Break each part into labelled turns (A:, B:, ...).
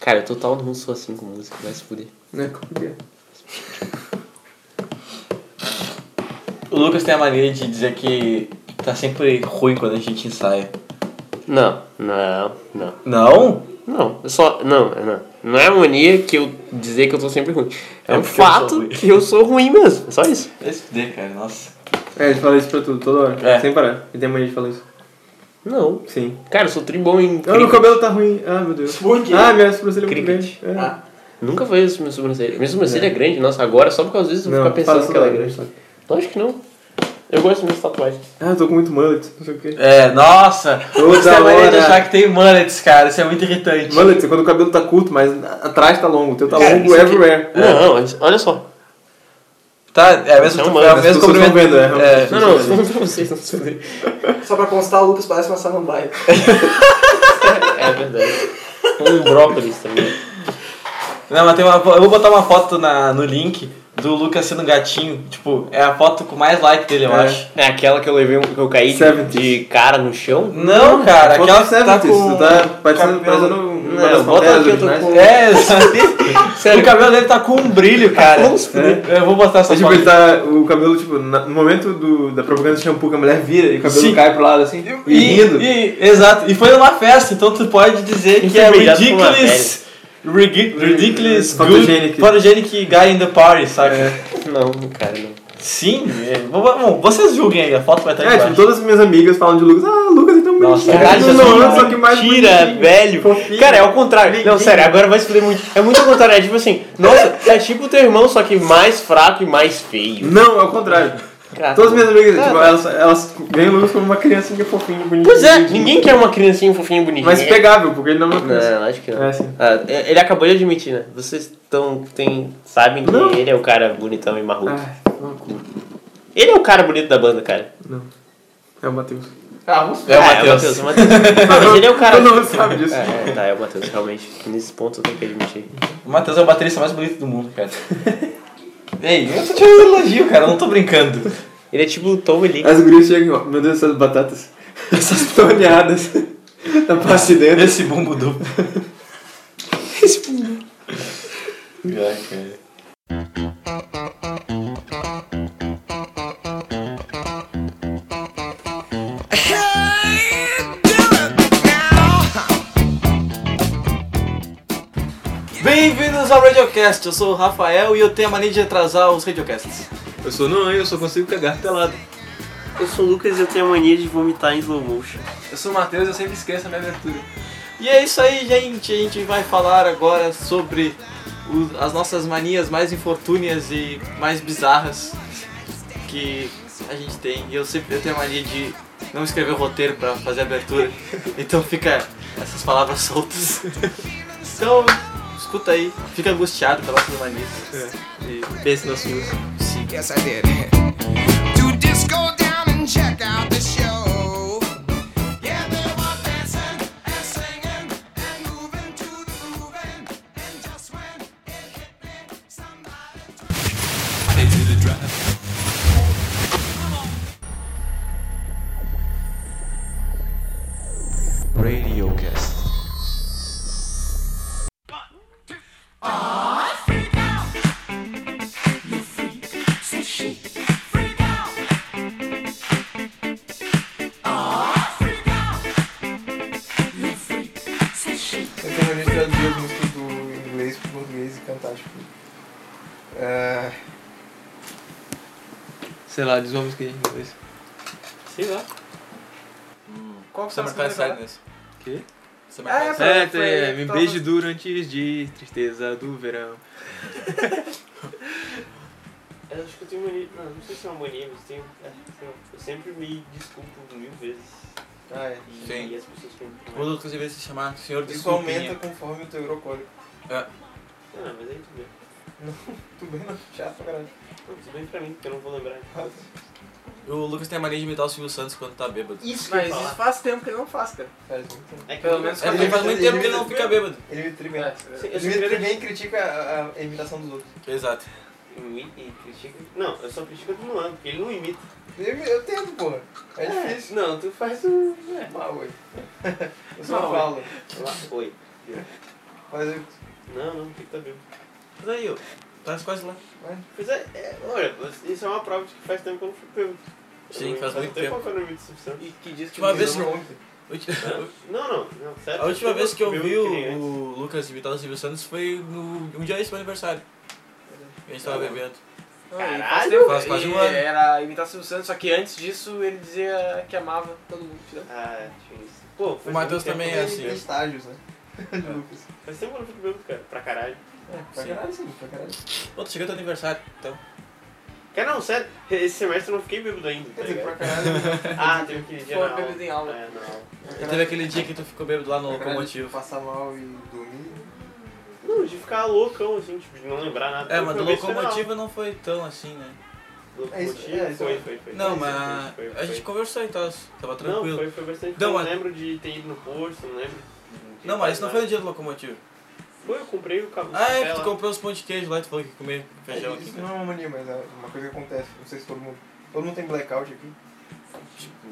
A: Cara, eu total não sou assim com música, vai se fuder.
B: Né? Como que é?
C: O Lucas tem a mania de dizer que tá sempre ruim quando a gente ensaia.
A: Não, não, não.
C: Não?
A: Não, eu só. Não, é não. Não é mania que eu dizer que eu tô sempre ruim. É,
C: É
A: um
C: porque eu sou
A: fato
C: ruim.
A: que eu sou ruim mesmo. É só isso.
C: Vai se fuder, cara, nossa.
B: É, ele fala isso pra tudo, toda hora.
C: É.
B: Sem parar. Ele tem mania de falar isso.
A: Não.
B: Sim.
A: Cara, eu sou tribom em.
B: Ah, meu
A: cricket.
B: cabelo tá ruim. Ah, meu Deus.
C: Por quê?
B: Ah, minha sobrancelha é muito
A: Cricket.
B: grande. É.
C: Ah,
A: Nunca foi isso minha sobrancelha. Minha sobrancelha é. grande, nossa, agora só por causa disso eu vou
B: Não,
A: ficar
B: fala
A: pensando que ela é
B: sobre-
A: grande. Lógico que não. Eu gosto mesmo de tatuagem.
B: Ah, eu tô com muito mullet, não sei o quê.
C: É, nossa!
B: Ô,
C: Você tem
B: da
C: a mania de
B: hora.
C: achar que tem mullets, cara, isso é muito irritante.
B: Mullet é quando o cabelo tá curto, mas a- atrás tá longo. O teu tá
C: Cara,
B: longo
C: isso aqui-
B: everywhere.
A: Não, não, isso- olha só.
C: Tá, é o mesmo,
A: É um
C: é
A: mullet,
C: o
A: as
C: mesmo
B: pessoas
C: comprimento.
B: vão vendo, é.
C: é.
A: Não, não, isso não pra vocês, não se fuderem.
D: Só pra constar, o Lucas parece uma samambaia.
A: É verdade. Um brócolis também.
C: Não, mas tem uma. fo- Eu vou botar uma foto na, no link do Lucas sendo um gatinho. Tipo, é a foto com mais like dele, eu
B: É.
C: acho.
A: É aquela que eu levei, um- que eu caí de,
B: 70s.
A: de cara no chão?
C: Não, cara,
B: Foto
C: aquela que tá
B: 70s,
C: com.
B: tu tá parecendo,
C: cabelo-
B: parecendo um- uma
A: Não,
B: das
A: bota
B: panteras
A: aqui, eu tô
B: originais.
A: com-
C: É, sabe? O cabelo dele tá com um brilho, cara.
A: Vamos fuder.
C: Eu vou botar essa
B: É tipo,
C: foto.
B: ele tá, o cabelo, tipo, na- no momento do, da propaganda de shampoo que a mulher vira e o cabelo
C: Sim.
B: cai pro lado assim, e,
C: E,
B: rindo.
C: e- exato, e foi numa festa, então tu pode dizer
A: Isso
C: que
A: é
C: é
A: obrigado por uma
C: ridiculous. rigi- Ridiculous,
B: Photogenic.
C: good, photogenic guy in the party, sabe?
B: É.
A: Não, cara, não.
C: Sim, é, bom, bom, vocês julguem aí, a foto vai estar aí
B: É, tipo,
C: embaixo.
B: todas as minhas amigas falam de Lucas. Ah, Lucas é tão
C: Nossa,
B: bonitinho.
C: cara,
B: não,
C: isso
B: não,
C: é
B: não, só que mais
A: Tira,
B: bonitinho.
A: velho.
B: Fofinho.
A: Cara, é o contrário. Não,
B: Lindinho.
A: sério, agora vai se fuder muito. É muito ao contrário. É tipo assim, nossa, é tipo o teu irmão, só que mais fraco e mais feio.
B: Não, é o contrário.
A: Cara,
B: Todas as minhas amigas,
A: Ah,
B: tipo,
A: tá.
B: elas, elas veem o Lucas como uma criancinha que é fofinha, bonitinha.
A: Pois é,
B: bonitinha.
A: ninguém quer uma criancinha fofinha e bonitinha.
B: Mas pegável, porque ele não é uma criança.
A: Não, acho que não.
B: É, sim.
A: Ah, é- ele acabou de admitir, né? Vocês estão. Tem, sabem que
B: Não. Ah.
A: ele é o cara bonitão e marruco.
B: Ai, que loucura.
A: Ele é o cara bonito da banda, cara.
B: Não. É o Matheus.
D: Ah, vamos
C: É o
A: Ah,
C: Matheus.
A: É o Matheus. Mas ele é o cara.
B: Todo mundo sabe disso.
A: É, é, tá, é o Matheus, realmente. Nesse ponto eu tenho que admitir.
C: O Matheus é o baterista mais bonito do mundo, cara. Ei, eu tô te dando elogio, cara, eu não tô brincando.
A: Ele é tipo o Tom Lee.
B: As gurias chegam, ó, meu Deus, essas batatas. Essas torneadas. Tá passidendo.
C: Esse bumbo duplo. Ai, cara.
D: Bem-vindos ao Radiocast, eu sou o Rafael e eu tenho a mania de atrasar os Radiocasts.
B: Eu sou Noan e eu só consigo cagar pelado.
A: Eu sou o Lucas e eu tenho a mania de vomitar em slow motion.
B: Eu sou o Matheus e eu sempre esqueço a minha abertura.
D: E é isso aí, gente, a gente vai falar agora sobre o- as nossas manias mais infortúnias e mais bizarras que a gente tem. E eu sempre eu tenho a mania de não escrever o roteiro pra fazer a abertura, então fica essas palavras soltas. Então, escuta aí, fica angustiado pelas nossas manias. E
B: Pense nas suas.
D: sim.
E: Yes, I did. To just go down and check out the show. Yeah, they were dancing and singing and moving to the grooving. And just when it hit me, somebody.
F: Eu tenho mania de traduzir as músicas do inglês pro português e cantar, tipo. É.
B: Sei lá, diz uma música aí em inglês.
D: Sei lá.
F: Qual que
D: Summer Pants
B: né?
D: Sadness.
B: Quê?
D: Summer Pants Sadness.
B: É,
F: foi-
B: é, me
F: tava-
B: beije durante os dias, tristeza do verão.
A: Eu É, acho que eu tenho mania. Não, não sei se é uma mania, mas tenho. é, sei lá, eu sempre me desculpo mil vezes.
F: Ah, é.
A: E,
C: Sim.
A: e as pessoas perguntam. né?
C: O Lucas deveria se chamar Senhor
F: Isso
C: Desculpinha.
F: aumenta conforme o teu eurocólico.
A: Não, não, Ah, mas aí tudo bem.
F: Tu bem não? Chato pra caralho.
A: Não, tudo bem pra mim, porque eu não vou lembrar.
C: O Lucas tem a mania de imitar o Silvio Santos quando tá bêbado.
A: Isso
F: Mas isso faz tempo que ele não faz, cara. Faz muito tempo.
A: É que
F: Pelo
A: eu-
F: menos
C: É porque faz muito tempo que ele não fica bêbado.
F: Ele me trime. né?
A: Sim, eu
F: Ele me
A: sempre-
F: trime e critica a, a imitação dos outros.
C: Exato.
A: Me e critica. Não, eu só critico do Luan, porque ele não imita.
F: Eu, eu tento, porra. É difícil.
A: Não, tu faz o. É.
F: Mal, ué. Eu só
A: Mal, ué.
F: falo.
A: Lá, oi.
B: Mas eu.
A: Não, não, tem que tá bêbado.
C: Mas aí, ó. Tá as coisas lá.
B: Mas,
A: Pois é, é, olha, isso é uma prova de que faz tempo que eu não fico bêbado.
C: Sim,
A: Eu
C: faz muito
A: tempo que eu não me decepciono.
B: e que
A: Tipo,
B: diz que
C: Uma
B: me
C: vez-
B: lembro ontem.
A: Hã? Não, não, não, sério.
C: A última vez que eu vi
A: bêbado nem
C: o,
A: antes.
C: o Lucas imitar o Silvio Santos foi no, um dia antes do meu aniversário. A gente
A: Tá
C: tava bebendo.
A: Caralho,
C: faz quase um ano.
G: Era imitar Silvio Santos, só que antes disso ele dizia que amava todo mundo. entendeu?
A: Ah, tinha isso. Pô, faz
C: O Matheus
A: tempo
C: também
A: que eu
C: é
A: não
C: assim.
A: bebo.
B: Estágios, né? De Lucas.
A: Faz tempo que eu não fico bêbado, cara, pra caralho.
B: É, pra
C: Sim.
B: caralho, sim, pra caralho.
C: Pô, tu chegou teu aniversário, então.
A: Cara, não, sério, esse semestre eu não fiquei bêbado ainda. Tá
B: Quer dizer, pra
A: ligado?
B: caralho.
A: ah, teve aquele dia
G: Foi
A: na
G: bêbado em aula.
A: É, na aula.
B: pra
C: E
B: caralho-
C: teve aquele dia que tu ficou bêbado lá no
B: pra caralho
C: locomotivo.
B: Passar mal e dormir.
A: Não, de ficar loucão, assim, tipo, de não lembrar nada.
C: É, mas do
A: Foi bem sinal.
C: locomotivo não foi tão assim, né?
B: É isso,
A: Locomotivo,
B: é, isso
A: foi,
B: é.
A: foi, foi.
C: Não,
A: Foi,
C: mas
A: foi, foi,
C: a gente
A: foi.
C: conversou e tal, tava
A: Não,
C: tranquilo.
A: foi, foi bastante.
C: Não,
A: Não, eu
C: mas-
A: lembro de ter ido no posto, não lembro. de-
C: Não, mas isso não
A: nada.
C: foi no dia do locomotivo.
A: Foi, eu comprei o cabelo.
C: Ah, é, que tu comprou os pão de queijo lá e tu falou que ia comer feijão aqui.
B: Isso não é uma mania, mas é uma coisa que acontece. Não sei se todo mundo. Todo mundo tem blackout aqui.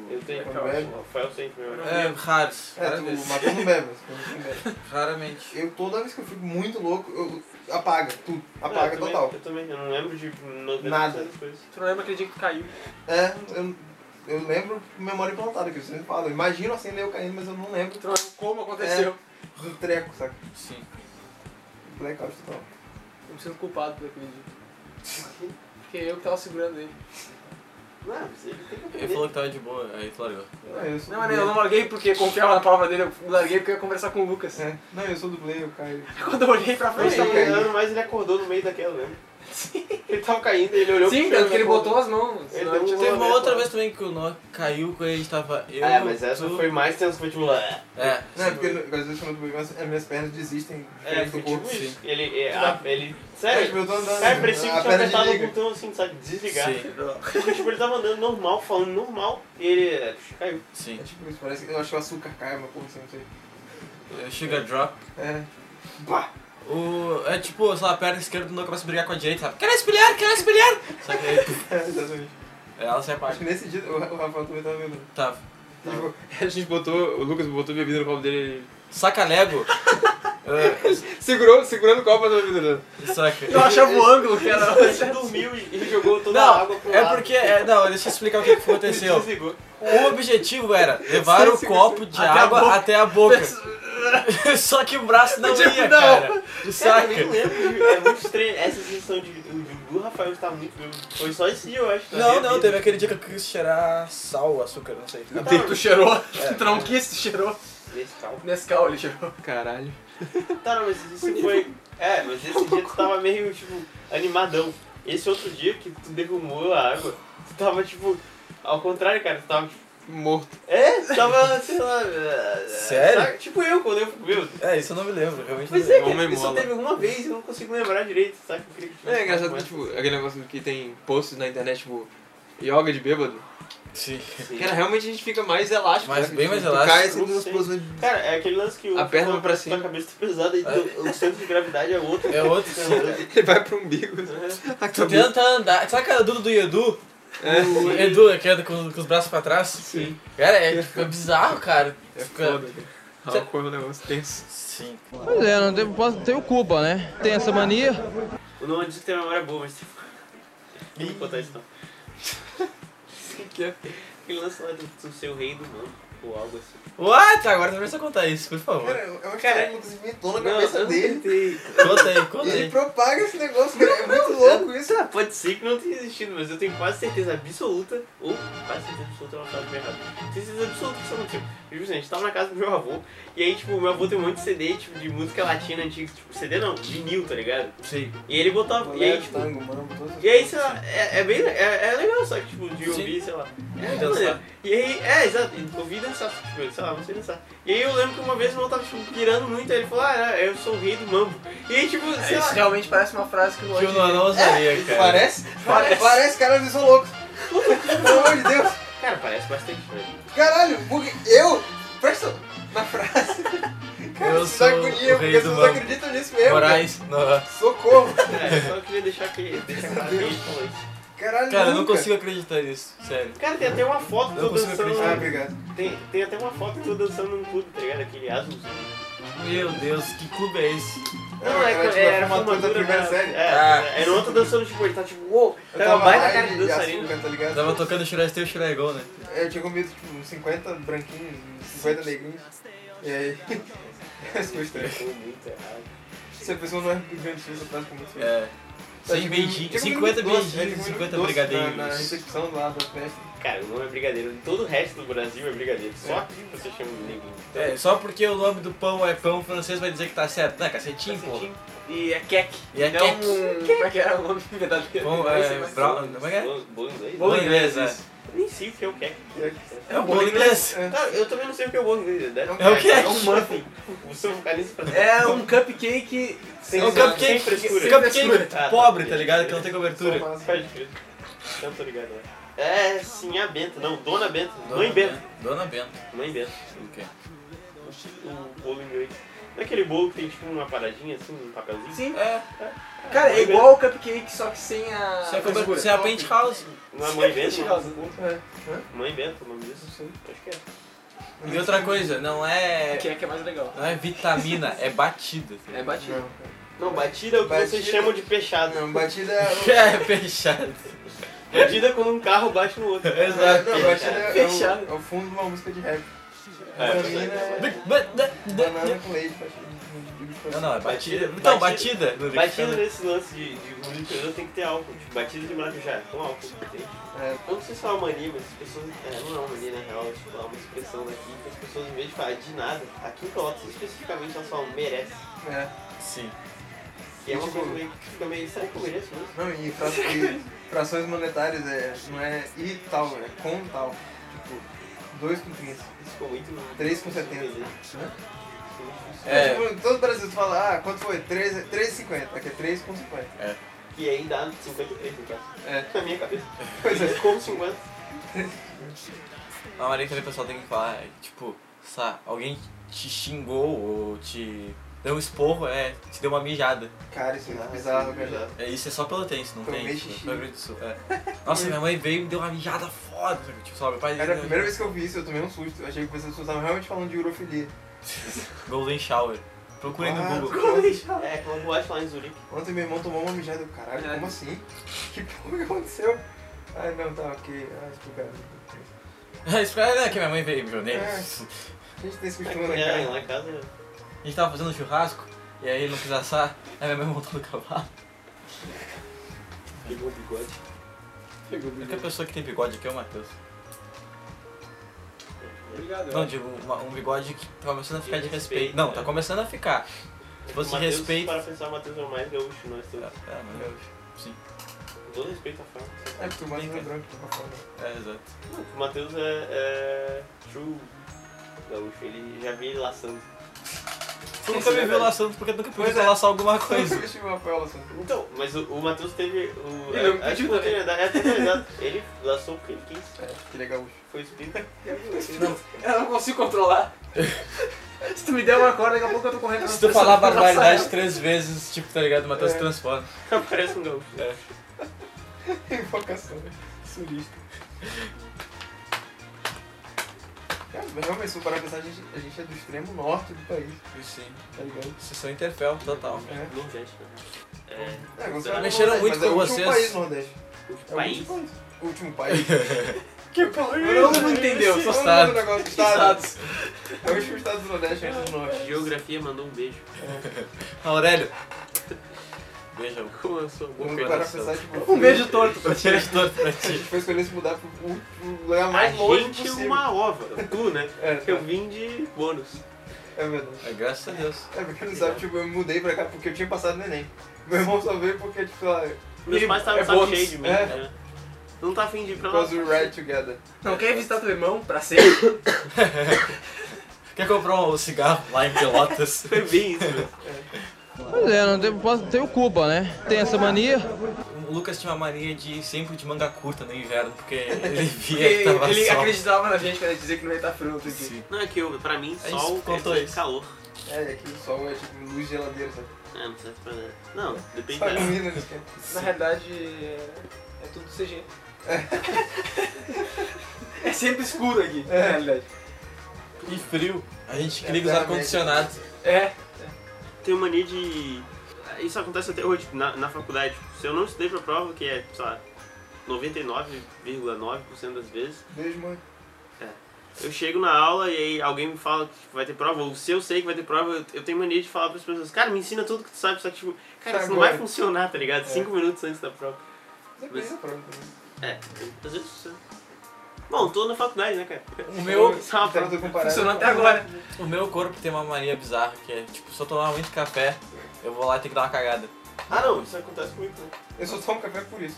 A: Eu tenho,
B: Foi
A: é eu
B: velho.
A: o Rafael tem meu.
C: É, raros.
B: É,
C: raras
B: tu,
C: vezes.
B: mas tu não bebe, mas tu não bebe.
C: Raramente.
B: Eu toda vez que eu fico muito louco, eu apaga tudo. Apaga
G: É,
A: eu também,
B: total.
A: Eu também, eu não lembro de 90%
B: Nada.
A: das coisas.
G: Tu não lembra aquele dia que tu caiu?
B: É, eu, eu lembro memória implantada, que eu sempre falo. Eu imagino assim, eu caindo, mas eu não lembro
G: Tu não lembra Então, como aconteceu?
B: do treco, saca?
C: Sim.
B: Blackout total.
G: Eu me sinto culpado por aquele dia. Porque eu que tava segurando ele.
A: Não, mas ele tá tem que
C: Ele falou que tava de boa, aí tu largou.
B: Não, É, eu sou
G: Não, mas
B: do
G: eu
B: Blair.
G: não larguei porque confiava na palavra dele, eu larguei porque eu ia conversar com o Lucas.
B: É, não, eu sou do Play, eu caio.
G: Quando eu olhei pra
A: Não,
G: frente,
A: ele
G: tava...
A: tava
B: tá caindo.
A: olhando, mas ele acordou no meio daquela, lembra? Sim. Ele tava caindo, ele olhou
G: Sim,
A: cara,
G: tanto que ele botou as mãos.
A: Ele
G: senão
A: deu
G: eu tinha-
A: um-
C: Teve uma
A: né,
C: outra
A: pô?
C: vez também que o nó caiu quando a gente tava. Eu,
A: É, mas essa
C: tu-
A: foi mais tensa, foi tipo. ah.
C: É,
B: Não, é
C: sim.
B: porque às vezes quando eu bebo, as minhas pernas desistem
A: É,
B: diferente
A: foi
B: do
A: tipo
B: corpo.
A: isso. Ele, é, a- ele.
B: É,
A: Sério?
B: tipo, eu tô andando.
A: Cara, parecia
B: a
A: que tinha
B: perna
A: apertado o
B: desliga.
A: botão assim, sabe? Desligar.
C: Sim,
A: Porque, tipo, ele tava andando normal, falando normal, e ele. é, caiu.
C: sim.
B: É tipo isso, parece que eu acho que o açúcar cai, uma porra assim, não sei.
C: É, Sugar Drop.
B: É. Pá!
C: O, é tipo, sei lá, a perna esquerda do nó começa a brigar com a direita, sabe? Quero espelhar, quero espelhar! Só que aí,
B: É, exatamente.
C: ela se
B: Acho
C: apaga.
B: que nesse dia o Ra- o Rafael também tava vendo.
C: Tá.
B: Tipo, a gente botou, o Lucas botou bebida no copo dele.
C: Saca Lego. É,
B: Segurou, segurando o copo da bebida dele.
C: saca.
G: Eu achava o ângulo que era.
A: Ele dormiu e, e jogou toda a água pro
C: Não, é
A: lado.
C: porque. assim, é, não, deixa eu explicar o que, que aconteceu.
A: Desligou.
C: O objetivo era levar o copo de
G: Até a
C: água
G: boca.
C: até a boca. Só que o braço não É ia, cara.
A: Cara, eu nem
C: Saca?
A: lembro. de- É muito estranho. Essa sensação de, o- do Rafael estar muito bêbado. Foi só esse dia, eu acho. na
C: Não,
A: minha
C: não,
A: vida.
C: teve aquele dia que eu quis cheirar sal, açúcar, não sei.
G: Tu cheirou, tu não quis, tu cheirou.
A: Esse tal.
G: Nescau ele cheirou.
B: Caralho.
A: Tá, não, mas isso foi. É, mas esse dia tu tava meio, tipo, animadão. Esse outro dia que tu derrumou a água, tu tava, tipo, ao contrário, cara, tu tava, tipo.
B: Morto.
A: É, tu tava, sei lá. eh,
C: Sério?
A: sabe? Tipo eu, quando eu fico bêbado.
C: É, isso eu não me lembro, realmente não
A: Pois é,
C: lembro.
A: cara,
B: Homem
A: isso só
B: mola.
A: teve uma vez eu não consigo lembrar direito, sabe? Eu queria que tivesse
B: É engraçado,
A: mais.
B: tipo, aquele negócio que tem posts na internet, tipo, yoga de bêbado.
C: Sim.
A: Sim.
B: Cara, realmente a gente fica mais elástico.
C: Mas
B: né?
C: bem
B: Tipo,
C: mais
B: tu
C: elástico.
B: Cai assim
A: Não
B: nas
A: sei.
B: posições.
A: Cara, é aquele lance que o
B: A perna
A: tua-
B: pra cima.
A: Tua cabeça tá pesada e tu- o centro de gravidade é outro. Uhum.
C: É outro, sim.
B: Ele vai pro umbigo. A
C: Tu
B: cabeça.
C: tenta andar. Sabe aquela Duda do Edu? O Edu, que anda com, com os braços pra trás? Sim. Cara, é, tipo, é bizarro, cara.
B: É
C: Fica-
B: foda, cara. Álcool é um negócio tenso.
C: Sim.
E: Pois é, não tem, posso, tenho culpa, né? Tem essa mania.
A: O nome disso tem uma memória boa, mas tem. Tem que contar isso não.
B: que é?
A: Aquele lance lá do, do seu rei do mundo, ou algo assim.
C: What? Agora tu precisa contar isso, por favor.
B: Cara, eu acho que o Lucas inventou na cabeça
A: eu não
B: dele.
A: tentei.
C: Conta aí,
B: E
C: conta
B: ele
C: aí.
B: propaga esse negócio, cara. É muito louco isso.
A: Ah, Pode ser que não tenha existido, mas eu tenho quase certeza absoluta, ou quase certeza absoluta é uma frase bem errada. Tenho certeza absoluta que isso aconteceu. Tipo assim, a gente tava na casa do meu avô, e aí, tipo, meu avô tem um monte de CD, tipo, de música latina antiga, tipo, CD não, vinil, tá ligado?
C: Sim.
A: E ele botava, e aí, tipo,
B: tango, mano, todas essas
A: e aí,
B: coisas.
A: sei lá, é, é bem, é, é legal, só que, tipo, de ouvir, sei lá. É,
C: dançar.
A: maneiro. E aí, é, exato, e ouvi dançar, tipo, sei lá, não sei dançar. E aí eu lembro que uma vez meu avô tava, tipo, pirando muito, aí ele falou, ah, eu sou o rei do mambo. E aí, tipo, sei
G: É, Isso
A: lá,
G: realmente parece uma frase que o
C: Que é.
G: Lloyd
C: eu não, não usaria, cara.
B: Parece? Parece, parece cara, eles são loucos. Pelo amor de Deus.
A: cara, parece bastante, né?
B: Caralho, porque eu. Presta na frase. Cara,
C: Eu
B: isso
C: sou
B: dá agonia,
C: o rei
B: porque
C: do
B: vocês
C: mambo.
B: acreditam nisso mesmo.
C: Moraes, não.
B: cara. Socorro.
A: É, eu só queria deixar que, deixar claro que ele falou isso.
B: Caralho,
C: Cara, eu não
B: nunca.
C: consigo acreditar nisso, sério.
A: Cara, tem até uma foto de
B: Não
A: eu
B: consigo acreditar. Ah,
A: dançando.
B: obrigado.
A: Tem, tem até uma foto de eu dançando num clube, tá ligado? Aquele azul.
C: Meu Deus, que clube é esse?
A: Não, é,
B: Era,
A: era,
B: tipo,
A: era
B: a
A: a
B: formatura da
A: formatura
B: primeira série.
A: É,
C: Ah.
A: era outro dançando, tipo, ele tá tipo, uou,
B: Eu
A: tá uma baita
B: lá
A: cara de
B: e
A: dançarino.
B: açúcar, tá ligado?
C: Tava tocando Shrek, tem o Shrek Gol, né?
B: Eu tinha comido tipo uns 50 branquinhos, uns 50 negrinhos. E aí. As coisas estranhas.
A: Ficou muito errado.
B: Se a pessoa não é grande coisa, eu faço com muito feio.
C: É. 100 beijinhos, 50
B: né?
C: beijinhos, 50
B: Na, na
C: brigadeiros.
B: recepção lá da festa.
A: Cara, o nome é brigadeiro. Todo o resto do Brasil é brigadeiro. Só aqui você chama de neguinho. Então,
C: É, só porque o nome do pão é pão francês vai dizer que tá certo. Não, cacetinho, pô.
A: cacetinho.
E: E é Kek.
C: E é
E: não
C: Kek.
E: um- Como é que era o nome verdadeiro?
C: Pão,
E: Não sei
C: é,
E: mais.
C: brown, como é que é?
A: Bom- Bom inglês?
C: Bolo
A: né?
C: inglês, é.
A: Eu nem sei o que é o Kek.
C: É o bolo inglês.
A: Cara, eu também não sei o que é o bom inglês. né?
C: É o
A: É um
C: Kek.
A: muffin. O seu vocalista pra
E: É um cupcake.
A: Sem-
C: É um
A: sem
C: cupcake,
A: frescura.
C: cupcake é
A: Ah,
C: pobre,
A: ok.
C: tá ligado? Que não tem cobertura.
A: Pode crer. Eu tô ligado, né? É, sim, a Benta. Não, Dona Benta. Mãe Benta.
C: Dona Bento.
A: Mãe Benta.
C: O quê?
A: O bolo inglês. Não é aquele bolo que tem tipo uma paradinha assim, um papelzinho?
E: Sim.
C: É,
E: Cara, é igual o cupcake, só que sem a.
C: isso é
E: Ah, frescura.
C: cobertura. Isso é a penthouse.
A: Não é Mãe Benta?
E: Mentirosa.
A: não?
C: É.
A: Mãe Benta, o nome disso? Acho que é.
C: E outra coisa, não é.
E: Que é que é mais legal.
C: Não é vitamina, é batida. tá
E: É
C: ligado?
E: batido.
B: Não,
A: Não, batida é o que
B: Batida.
A: vocês chamam de pechado.
B: não, batida é. o-
C: É fechado.
A: Batida é quando um carro bate no outro.
C: Exato.
B: Não, batida é, o-
E: Fechado.
B: é o fundo de uma música de rap.
A: É,
B: Vitamina é banana com leite, batida.
C: Não, não, é batida.
A: Batida.
C: Então, batida.
B: é-
C: no
A: Batida
C: liquidificador.
A: nesse lance de, de música eu tem que ter álcool. Tipo, batida de maracujá, com álcool. Entende?
B: É.
A: Eu não sei se é uma mania, mas as pessoas. É, não é uma mania na real, é tipo, é uma expressão daqui que as pessoas, em vez de falar de nada, aqui em Pelotas especificamente elas falam merece.
B: É.
C: Sim.
A: Que é uma
B: Tipo-
A: coisa meio que fica meio. Será que eu mereço mesmo?
B: Não, e, fra- e frações monetárias é, não é e tal, é com tal. Tipo, 2 com 30.
A: Isso ficou muito.
B: Três com 70.
C: É.
B: Tipo, todo o Brasil tu fala, ah, quanto foi? 3 3,50. Aqui é 3 com 50.
A: E aí dá 53 no caso.
B: É,
A: Na minha cabeça.
B: pois é.
A: Como 50?
C: Na maioria também o pessoal tem que falar, é, tipo, sabe, alguém te xingou ou te deu um esporro, é, te deu uma mijada.
B: Cara, isso é bizarro, cara.
C: É, isso é só pelotense, não
B: Tomei
C: tem.
B: xixi.
C: Tipo, no Rio Grande do Sul. é. Nossa, minha mãe veio e me deu uma mijada foda. Tipo, só meu pai.
B: Cara, a primeira vez que eu vi isso, eu tomei um susto. Eu achei que vocês estavam realmente falando de urofilia.
C: Golden Shower. Procurem
B: Ah,
C: no Google.
B: ontem-
A: É, quando boate lá em Zurique.
B: Ontem meu irmão tomou uma mijada. Eu, Caralho,
E: É.
B: como assim? Que porra que aconteceu? Ai, não, tá, ok. Ah, explicado.
C: Isso pra- né, que minha mãe veio e me deu nele.
B: É. A gente tem esse costume, né,
A: É,
B: cara?
A: lá em casa.
C: A gente tava fazendo um churrasco e aí ele não quis assar, aí minha mãe montou no cavalo.
A: Pegou o bigode.
E: Pegou
C: A
E: bem.
C: única pessoa que tem bigode aqui é o Matheus.
E: Obrigado.
C: Não, digo, uma- um bigode que tá começando a ficar de respeito. Não, tá começando a ficar. Se fosse
A: Mateus,
C: respeito.
A: Para pensar, o Matheus é o mais gaúcho, nós todos.
C: É, mas eu-
A: Com todo respeito à fama.
B: É porque o Matheus é branco, tá falando.
C: é, exato.
A: O Matheus é, é true gaúcho, ele já vi ele laçando.
C: Tu nunca me viu laçando porque tu nunca podia
B: Pois é.
C: laçar alguma
B: Pois
C: coisa.
B: é. uma fala assim.
A: Então, mas o, o Matheus teve o,
E: Ele não
A: a, a
E: pediu,
A: oportunidade, é, tá ligado? ele laçou porque ele quis,
B: É, que legal.
A: foi espírita.
E: Eu não consigo controlar. Se tu me der uma corda, daqui a pouco eu tô correndo.
C: Se tu falar barbaridade três vezes, tipo, tá ligado? O Matheus se
B: É.
C: transforma.
A: Parece um gaúcho.
B: Invocação. Sulista. Cara, mas realmente, se eu parar pra pensar, a gente, a gente é do extremo norte do país,
C: Sim.
B: tá ligado?
C: Vocês são interfel, total.
B: É.
A: Não, gente, né? É,
B: É, você
A: Mexeram
B: é do
C: muito
B: Nordeste, mas é
C: com
B: o
C: vocês.
B: último país do Nordeste.
A: o
B: É
A: país.
B: o último país. O último
E: é
B: país.
E: Que Todo mundo entendeu.
B: Todo
C: estado.
B: mundo negócio do estado.
E: Estados.
B: É o último estado do Nordeste, antes do Norte.
A: Geografia mandou um beijo.
C: Aurélio. Beijo.
A: Como eu sou bom
B: Vamos
A: perdão.
B: parar pra pensar, tipo,
E: Um beijo torto pra ti.
C: Beijo todo pra
B: a
C: ti.
B: gente foi escolher se mudar pro, pro- pro lugar
A: A
B: mais longe
A: gente
B: possível.
A: uma ova, tu, né?
B: É,
A: Eu
B: tá.
A: vim de bônus.
B: é verdade.
C: É, graças a Deus.
B: É porque não sabe, tipo, eu me mudei pra cá porque eu tinha passado no Enem. Meu irmão só veio porque, tipo, sei lá,
A: Meus
E: Ele
A: pais estavam
E: é
A: sabe,
E: bônus.
A: cheio de mim,
B: É.
A: né? Não tá afim de ir pra lá.
B: because we ride together.
E: Não quer visitar teu irmão pra sempre?
C: Quer comprar um cigarro lá em Pelotas?
A: Foi bem isso, meu.
H: Pois é, não tem, posso, tenho culpa, né? Tem essa mania.
C: o Lucas tinha uma mania de ir sempre de manga curta no inverno, porque ele
E: Porque
C: via que tava
E: ele
C: sol.
E: acreditava na gente quando ele dizia que não ia estar frio outro dia.
C: Sim.
A: Não, é que eu, pra mim,
C: É isso,
A: sol
C: contou
A: é
C: isso.
A: calor.
B: É, e aqui o sol é tipo luz de geladeira, sabe?
A: É, não serve pra nada. Não, depende
B: Só
A: da...
B: ilumina no esquema.
E: Na realidade,
I: É tudo CG. é sempre escuro aqui,
A: É.
I: na realidade.
C: E frio. É A gente queria usar ar-condicionado.
I: É.
A: Tenho mania de. é, Isso acontece até hoje tipo, na, na faculdade. Se eu não estudei pra prova, que é, sei lá, 99,9% das vezes,
B: Beijo, mãe.
A: eu chego na aula e aí alguém me fala que tipo, vai ter prova, ou se eu sei que vai ter prova, eu, eu tenho mania de falar pras pessoas, cara, me ensina tudo que tu sabe, só que tipo, cara, isso não vai
B: Agora. É.
A: funcionar, tá ligado? Cinco minutos antes da prova.
B: Depende da prova também.
A: É, às vezes funciona. Bom, tô na faculdade, né, cara?
C: O meu,
A: Isso é uma prova.
B: Então, comparado.
I: Funcionou até agora.
C: o meu corpo tem uma mania bizarra, que é, tipo, se eu tomar muito café, eu vou lá e tenho que dar uma cagada.
A: Ah não, isso acontece muito, né?
B: Eu só tomo café por isso.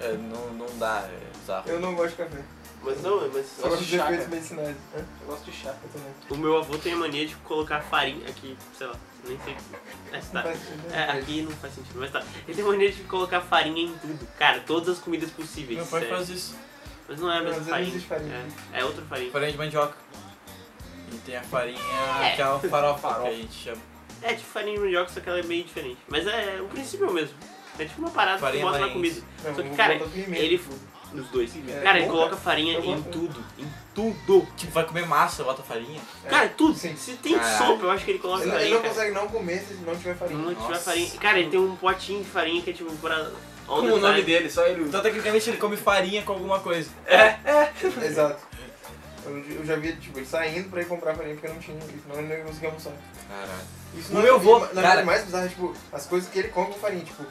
C: É, não, não dá, é bizarro.
B: Eu não gosto de café.
A: Mas não, é, mas.
B: Só gosto de
I: chá,
B: efeitos
I: cara.
B: medicinais. Hã?
I: Eu gosto de chá.
B: Eu também.
A: O meu avô tem a mania de colocar farinha aqui, sei lá, nem sei. É,
B: Não
A: tá.
B: faz sentido,
A: É,
B: né?
A: aqui não faz sentido, mas tá. Ele tem mania de colocar farinha em tudo. Cara, todas as comidas possíveis.
C: Meu pai
A: sério.
C: faz isso.
A: Mas não é a mesma
B: Mas às vezes
A: farinha.
B: existe farinha.
A: É, é outra farinha.
C: Farinha de mandioca. E tem a farinha, que é a farofa que a gente chama.
A: É tipo farinha de mandioca, só que ela é meio diferente. Mas é o princípio é o mesmo. É tipo uma parada
C: Farinha
A: que tu bota na
C: maranhense.
A: comida.
B: Não,
A: Só que,
B: vou
A: cara,
B: botar pimenta.
A: ele. Nos dois.
B: É
A: cara, ele
B: bom,
A: coloca
B: cara.
A: farinha
B: Eu
A: em
B: gosto.
A: tudo. Em tudo.
C: Tipo, vai comer massa, bota farinha.
B: É.
A: Cara, tudo.
B: Sim.
A: Se tem
C: Caralho.
A: sopa, eu acho que ele coloca
B: Ele, ele
A: farinha.
B: não
A: cara.
B: consegue não comer se não tiver farinha.
A: Não tiver
C: Nossa.
A: farinha. Cara, ele tem um potinho de farinha que é tipo pra.
I: Como o nome dele, só ele. usa.
C: Então, tecnicamente, ele come farinha com alguma coisa.
B: Exato. Eu, eu já vi, tipo, ele saindo pra ir comprar farinha porque não tinha, porque senão ele não ia conseguir almoçar.
C: Caralho.
B: Isso
C: O
B: não é-
C: meu vô,
B: na verdade,
C: cara-
B: o mais bizarro é, tipo, as coisas que ele come com farinha, tipo,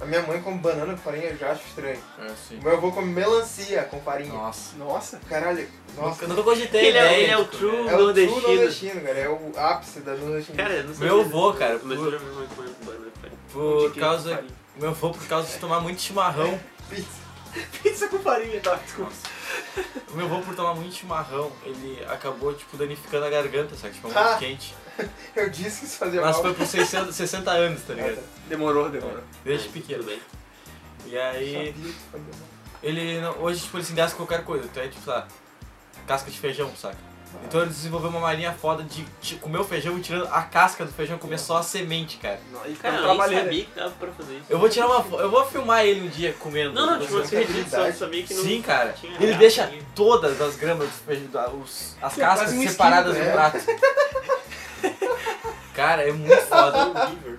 B: a minha mãe come banana com farinha, eu já acho estranho.
C: É
B: O
C: assim.
B: meu avô come melancia com farinha.
C: Nossa.
I: Nossa.
B: Caralho, nossa.
C: Eu nunca cogitei
A: Ele
C: ideia tipo,
A: é, ele é
C: de
A: o
C: comer.
A: true
B: É o true
A: nordestino.
B: nordestino, cara, é o ápice da nordestina.
D: É.
A: Cara, eu não sei.
C: Meu
A: se- é
C: avô, cara,
A: Mas
C: por-
A: eu já vi muito mais banda, cara.
C: Por
A: De que
C: causa.
A: farinha?
C: Meu avô, por causa de tomar muito chimarrão.
B: Pizza.
I: Pizza com farinha, tá? Desculpa.
C: O meu avô, por tomar muito chimarrão, ele acabou, tipo, danificando a garganta, sabe? Tipo, muito
B: Ah.
C: quente.
B: Eu disse que isso fazia
C: Mas
B: mal.
C: foi por 60, 60 anos, tá ligado?
I: Demorou, demorou.
C: Desde
A: É,
C: pequeno.
A: tudo bem.
C: E aí,
B: Sabia que fazia mal.
C: ele não- hoje, tipo, ele se engasga com qualquer coisa. Então é, tipo, sei lá, casca de feijão, saca? Então ele desenvolveu uma mania foda de, de comer o feijão e tirando a casca do feijão, comer só a semente, cara.
I: E ficou
B: um
A: Cara, eu nem
I: trabalhando.
A: sabia que dava pra fazer isso.
C: Eu vou tirar uma fo- eu vou filmar ele um dia comendo.
A: Não, não, tipo, eu
B: Você tem
A: acredito, só eu
B: habilidade.
A: sabia que não.
C: Sim, cara.
A: tinha
C: Ele
A: graça,
C: deixa
A: tinha-
C: todas as gramas, do feijão, da- os- as
I: É
C: cascas
I: quase um né?
C: separadas
B: esquilo,
C: no
B: né?
C: prato. cara, é muito foda.
A: horrível.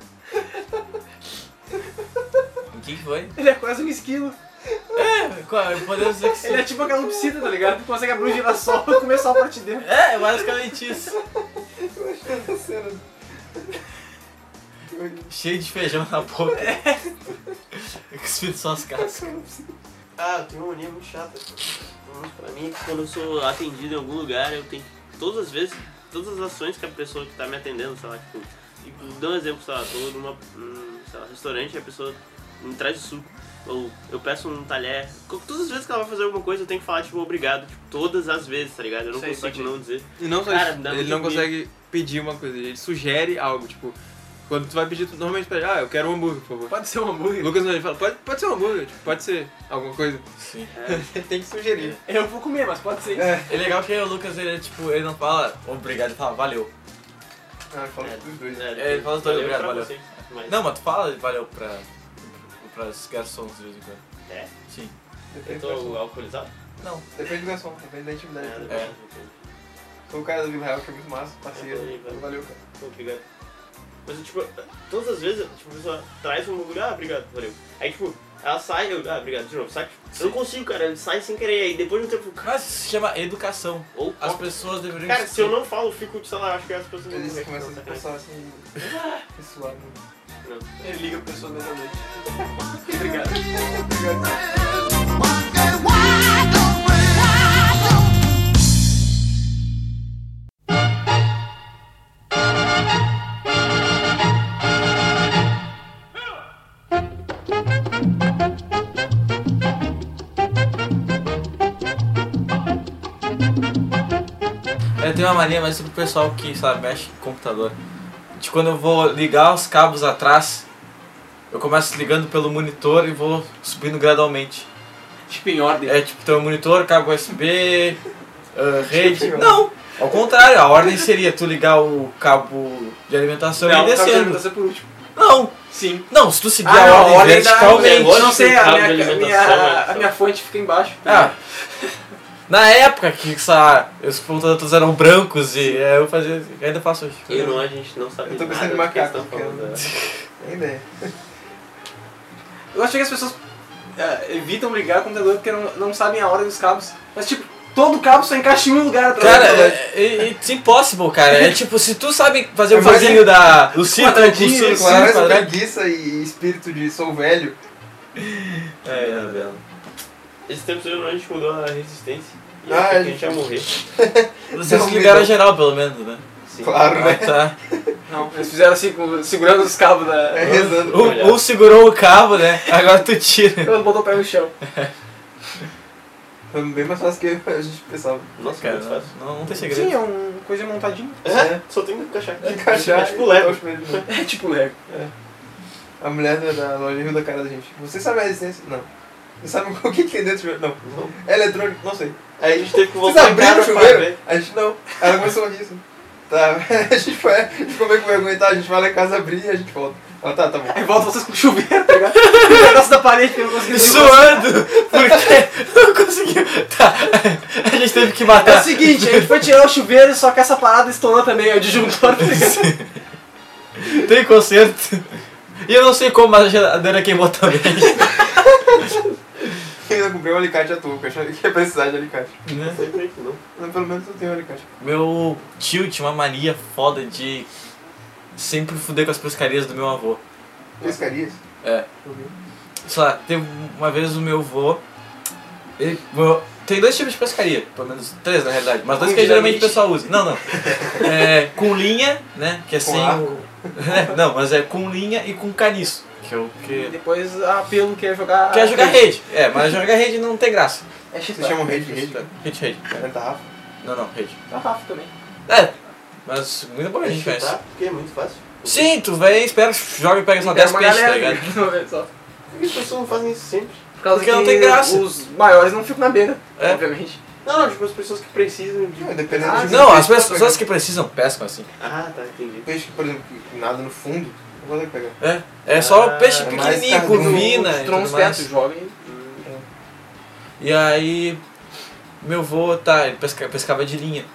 C: Quem foi?
I: Ele é quase um esquilo.
C: Qual- Podemos dizer que sim.
I: Ele é tipo aquela piscina, tá ligado? Tu consegue abrir o girassol e comer só a parte dele.
C: É, é basicamente isso.
B: Eu achei essa cena. Eu olhei,
C: Cheio de feijão na boca. É Cuspindo só as cascas.
A: Ah, eu tenho uma mania muito chata. Pelo menos Pra mim, é que quando eu sou atendido em algum lugar, eu tenho que, todas as vezes, todas as ações que a pessoa que tá me atendendo, sei lá, tipo, tipo dá um exemplo, sei lá, tô numa, num, sei lá, restaurante e a pessoa me traz suco. Ou eu peço um talher. Co- Todas as vezes que ela vai fazer alguma coisa, eu tenho que falar, tipo, obrigado. Tipo, todas as vezes, tá ligado? Eu não
I: Sei,
A: consigo
I: pode ir.
A: não dizer.
D: E não só
A: Cara,
D: isso,
A: dá
D: ele
A: muito
D: não
A: medo.
D: consegue pedir uma coisa, ele sugere algo, tipo, quando tu vai pedir, tu normalmente pede, ah, eu quero um hambúrguer, por favor.
I: Pode ser um
D: O
I: hambúrguer.
D: Lucas não, ele fala, pode, pode ser um hambúrguer, tipo, pode ser alguma coisa.
B: Tem que sugerir.
I: Eu vou comer, mas pode ser isso.
C: É legal que o Lucas, ele é tipo, ele não fala obrigado, ele fala valeu.
B: Ah, fala dos dois.
A: É,
C: ele fala, "Tô obrigado,
A: pra
C: valeu."
A: vocês, mas-
C: Não, mas tu fala valeu pra, pras garçons de vez em quando.
A: É?
C: Sim.
A: Eu
B: Depende
A: tô
B: do garçom.
A: alcoolizado?
C: Não.
B: Depende do garçom, depende da intimidade.
A: É,
C: É.
I: um
B: Sou o cara da Vila Real que é muito massa, parceiro.
A: Eu tô aí,
B: Valeu, cara.
A: Pô, obrigado. Mas, tipo, todas as vezes, tipo, a pessoa traz um bagulho, ah, obrigado, valeu. Aí, tipo, ela sai, eu, ah, obrigado, de novo, sai. tipo, Eu não consigo, cara, ele sai sem querer. Aí depois de um tempo,
C: Mas isso se chama educação.
A: ou
C: As pessoas deveriam.
A: Cara, se eu não falo, eu fico, sei lá, acho que as pessoas vão
B: Eles
A: morrer,
B: começam
A: não, tá
B: a
A: sacanagem.
B: pensar assim. Isso lá muito.
I: né? Ele liga pra pessoa mentalmente.
C: Eu tenho uma mania mais sobre o pessoal que, sabe, mexe com computador. De quando eu vou ligar os cabos atrás, eu começo ligando pelo monitor e vou subindo gradualmente.
I: Tipo, em ordem.
C: É tipo, tem um monitor, cabo USB, ah, rede. Não! Ao contrário, a ordem seria tu ligar o cabo de alimentação e
I: Não,
C: ir
I: o cara
C: descendo.
I: vai ser por tá último.
C: Não!
I: Sim.
C: Não, se tu seguir
I: Ah,
C: a
I: não,
C: ordem,
I: olha da...
B: é,
C: verticalmente.
I: Eu não sei,
A: cabo
I: a
A: de
I: minha, a
A: alimentação,
I: minha,
A: né?
I: a minha fonte fica embaixo.
C: Ah, na época que essa, os computadores eram brancos e é, eu fazia, ainda faço hoje.
A: E não, a gente não sabe
B: Eu tô
A: nada
B: pensando
A: do
B: em
A: que eles
B: macaco,
A: estão falando. né?
B: Nem ideia.
I: Eu acho que as pessoas é, evitam ligar o computador porque não, não sabem a ordem dos cabos. Mas, tipo, todo cabo só encaixa em um lugar atrás
C: Cara,
I: do computador.
C: é, é, it's impossible, cara. É tipo, se tu sabe fazer o
B: É mais
C: fazinho da, do assim, círculo, com o
B: Quadradinho,
C: círculo,
B: com essa
C: quadrado.
B: preguiça e espírito de sou velho.
C: É, é, velho.
A: Esse tempo todo a gente mudou a resistência. E
B: Ah,
A: ah,
B: a
A: a gente
B: gente-
A: ia morrer.
C: Vocês
B: Não,
C: ligaram
B: não.
C: geral, pelo menos, né?
A: Sim.
B: Claro,
C: Ah,
B: né?
C: tá.
I: Não, eles fizeram assim, com- segurando os cabos da.
B: É rezando.
A: Ô,
C: Um, um segurou o cabo, né? Agora tu tira.
I: Ele botou o pé no chão.
B: Foi bem mais fácil que a gente pensava.
A: Nossa,
C: Cara,
A: muito fácil.
C: não, não tem segredo.
I: Sim, é
B: um
I: uma coisa montadinha.
A: É, só tem que encaixar aqui.
B: Encaixar.
A: É tipo Lego.
I: É tipo Lego.
B: né? A mulher da- da loja riu da cara da gente. Você sabe a resistência? Não. Você sabe o que que tem dentro? do- Não.
A: Não.
B: É eletrônico? Não sei.
A: Aí a gente teve que
B: Vocês
A: voltar em
B: abriram o
A: casa pra ver.
B: chuveiro? A gente não. Ela começou a rir assim. Tá, a gente foi, a gente ficou meio com vergonha, tá? A gente vai lá em casa abrir e a gente volta. Ela tá, tá bom.
I: Aí volta vocês com o chuveiro, tá ligado?
A: um
I: O pedaço da parede que eu não consegui
C: Suando, porque não conseguiu. Tá, a gente teve que
I: É o
C: matar.
I: seguinte, a gente foi tirar o chuveiro, só que essa parada estourou também, o disjuntor, tá ligado?
C: Tem conserto. E eu não sei como, mas a geladeira queimou também.
B: Eu ainda comprei um alicate à toa, porque eu achava que ia precisar de alicate.
C: Né?
A: Não sei que não.
B: Mas pelo menos eu tenho um alicate.
A: Tá.
C: Meu tio tinha uma mania foda de sempre fuder com as pescarias do meu avô.
B: Pescarias?
C: É. Sei lá, teve uma vez o meu avô. ele- meu- tem dois tipos de pescaria, pelo menos três na realidade, mas dois
I: Com
C: que geralmente o
I: dinamite.
C: pessoal usa. Não, não. É, com linha, né? Que é
B: Com
C: sem.
B: arco.
C: o- não, mas é com linha e com caniço. Que é o
I: E
C: que.
I: depois a Pelo quer jogar.
A: Ah,
C: Que é jogar rede. É, mas jogar rede não tem graça.
I: É
B: Vocês
I: chitão.
B: chamam rede de
A: Tá.
B: rede?
C: Rede, rede.
B: É tarrafa?
C: Não, não, rede.
I: A Rafa também.
C: É, mas muito bom a
A: A
C: gente
A: gente
C: conhece.
A: tá, porque é muito fácil.
C: Sim, tu vem, espera, joga e pega só
I: Era
C: 10 peixes, tá ligado?
I: só.
A: Por que as pessoas não fazem isso sempre?
I: Por causa
C: Porque
I: que
C: não tem graça.
I: Os maiores não ficam na beira,
C: É.
I: obviamente.
A: Não, não, tipo, as pessoas que precisam de.
B: Não, dependendo
I: Ah,
B: de-
C: Não, as pessoas que precisam pescam assim.
A: Ah, tá, entendi.
B: Peixe que, por exemplo, que nada no fundo, não consegue pegar.
C: É só
A: Ah,
C: peixe
A: é
B: mais
C: pequenininho,
B: carnudo,
C: curvina
I: Os
C: e
I: troncos
C: tudo
I: perto,
C: mais.
I: joga e
C: E aí, meu vô, tá, ele pesca- pescava de linha.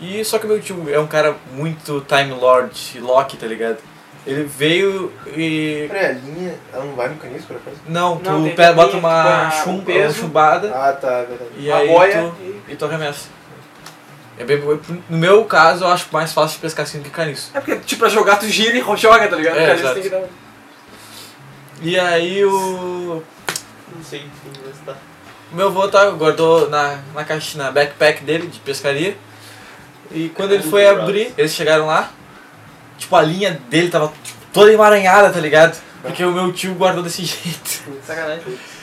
C: E só que meu tio é um cara muito Time Lord, Loki, tá ligado? Ele veio e...
B: Peraí, a linha, ela não vai no caniço, por acaso?
C: Não, tu
I: Não, tem
C: pega,
I: linha,
C: bota
I: tu
C: uma,
I: põe a-
C: chum,
I: o peso.
C: uma chumbada
B: Ah, tá, é verdade.
C: e
I: a
C: aí
I: boia.
C: tu,
I: e-
C: e tu arremessa. É bem, no meu caso, eu acho mais fácil de pescar assim do que caniço.
I: É porque, tipo, pra jogar, tu gira e joga, tá ligado?
C: É,
I: Cara, isso
C: exato.
I: tem que dar-
C: E aí o...
A: Não sei quem vai estar.
C: Meu avô tá, guardou na, na caixa, na backpack dele de pescaria. E quando ele foi abrir, eles chegaram lá. Tipo, a linha dele tava tipo, toda emaranhada, tá ligado? Porque o meu tio guardou desse jeito.
A: é
I: Sacanagem.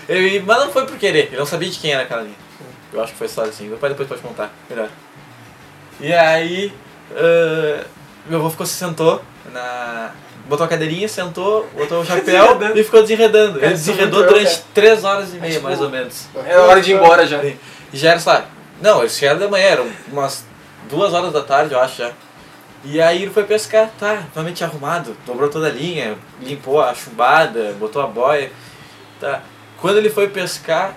C: Ele, mas não foi por querer, ele não sabia de quem era aquela linha. Eu acho que foi história assim. Meu pai depois pode contar, melhor. E aí, ah, meu avô ficou, se sentou na. Botou a cadeirinha, sentou, botou o chapéu
I: Desenredando.
C: e ficou desenredando. Ele
I: Cara, isso é muito
C: desenredou
I: eu,
C: durante
I: cara.
C: três horas e meia,
I: tipo,
C: mais ou menos.
I: É hora de ir embora já.
C: E já era, sabe? Não, eles chegaram da manhã, eram umas duas horas da tarde, eu acho já. E aí ele foi pescar, tá, novamente arrumado, dobrou toda a linha, limpou a chumbada, botou a boia, tá. Quando ele foi pescar,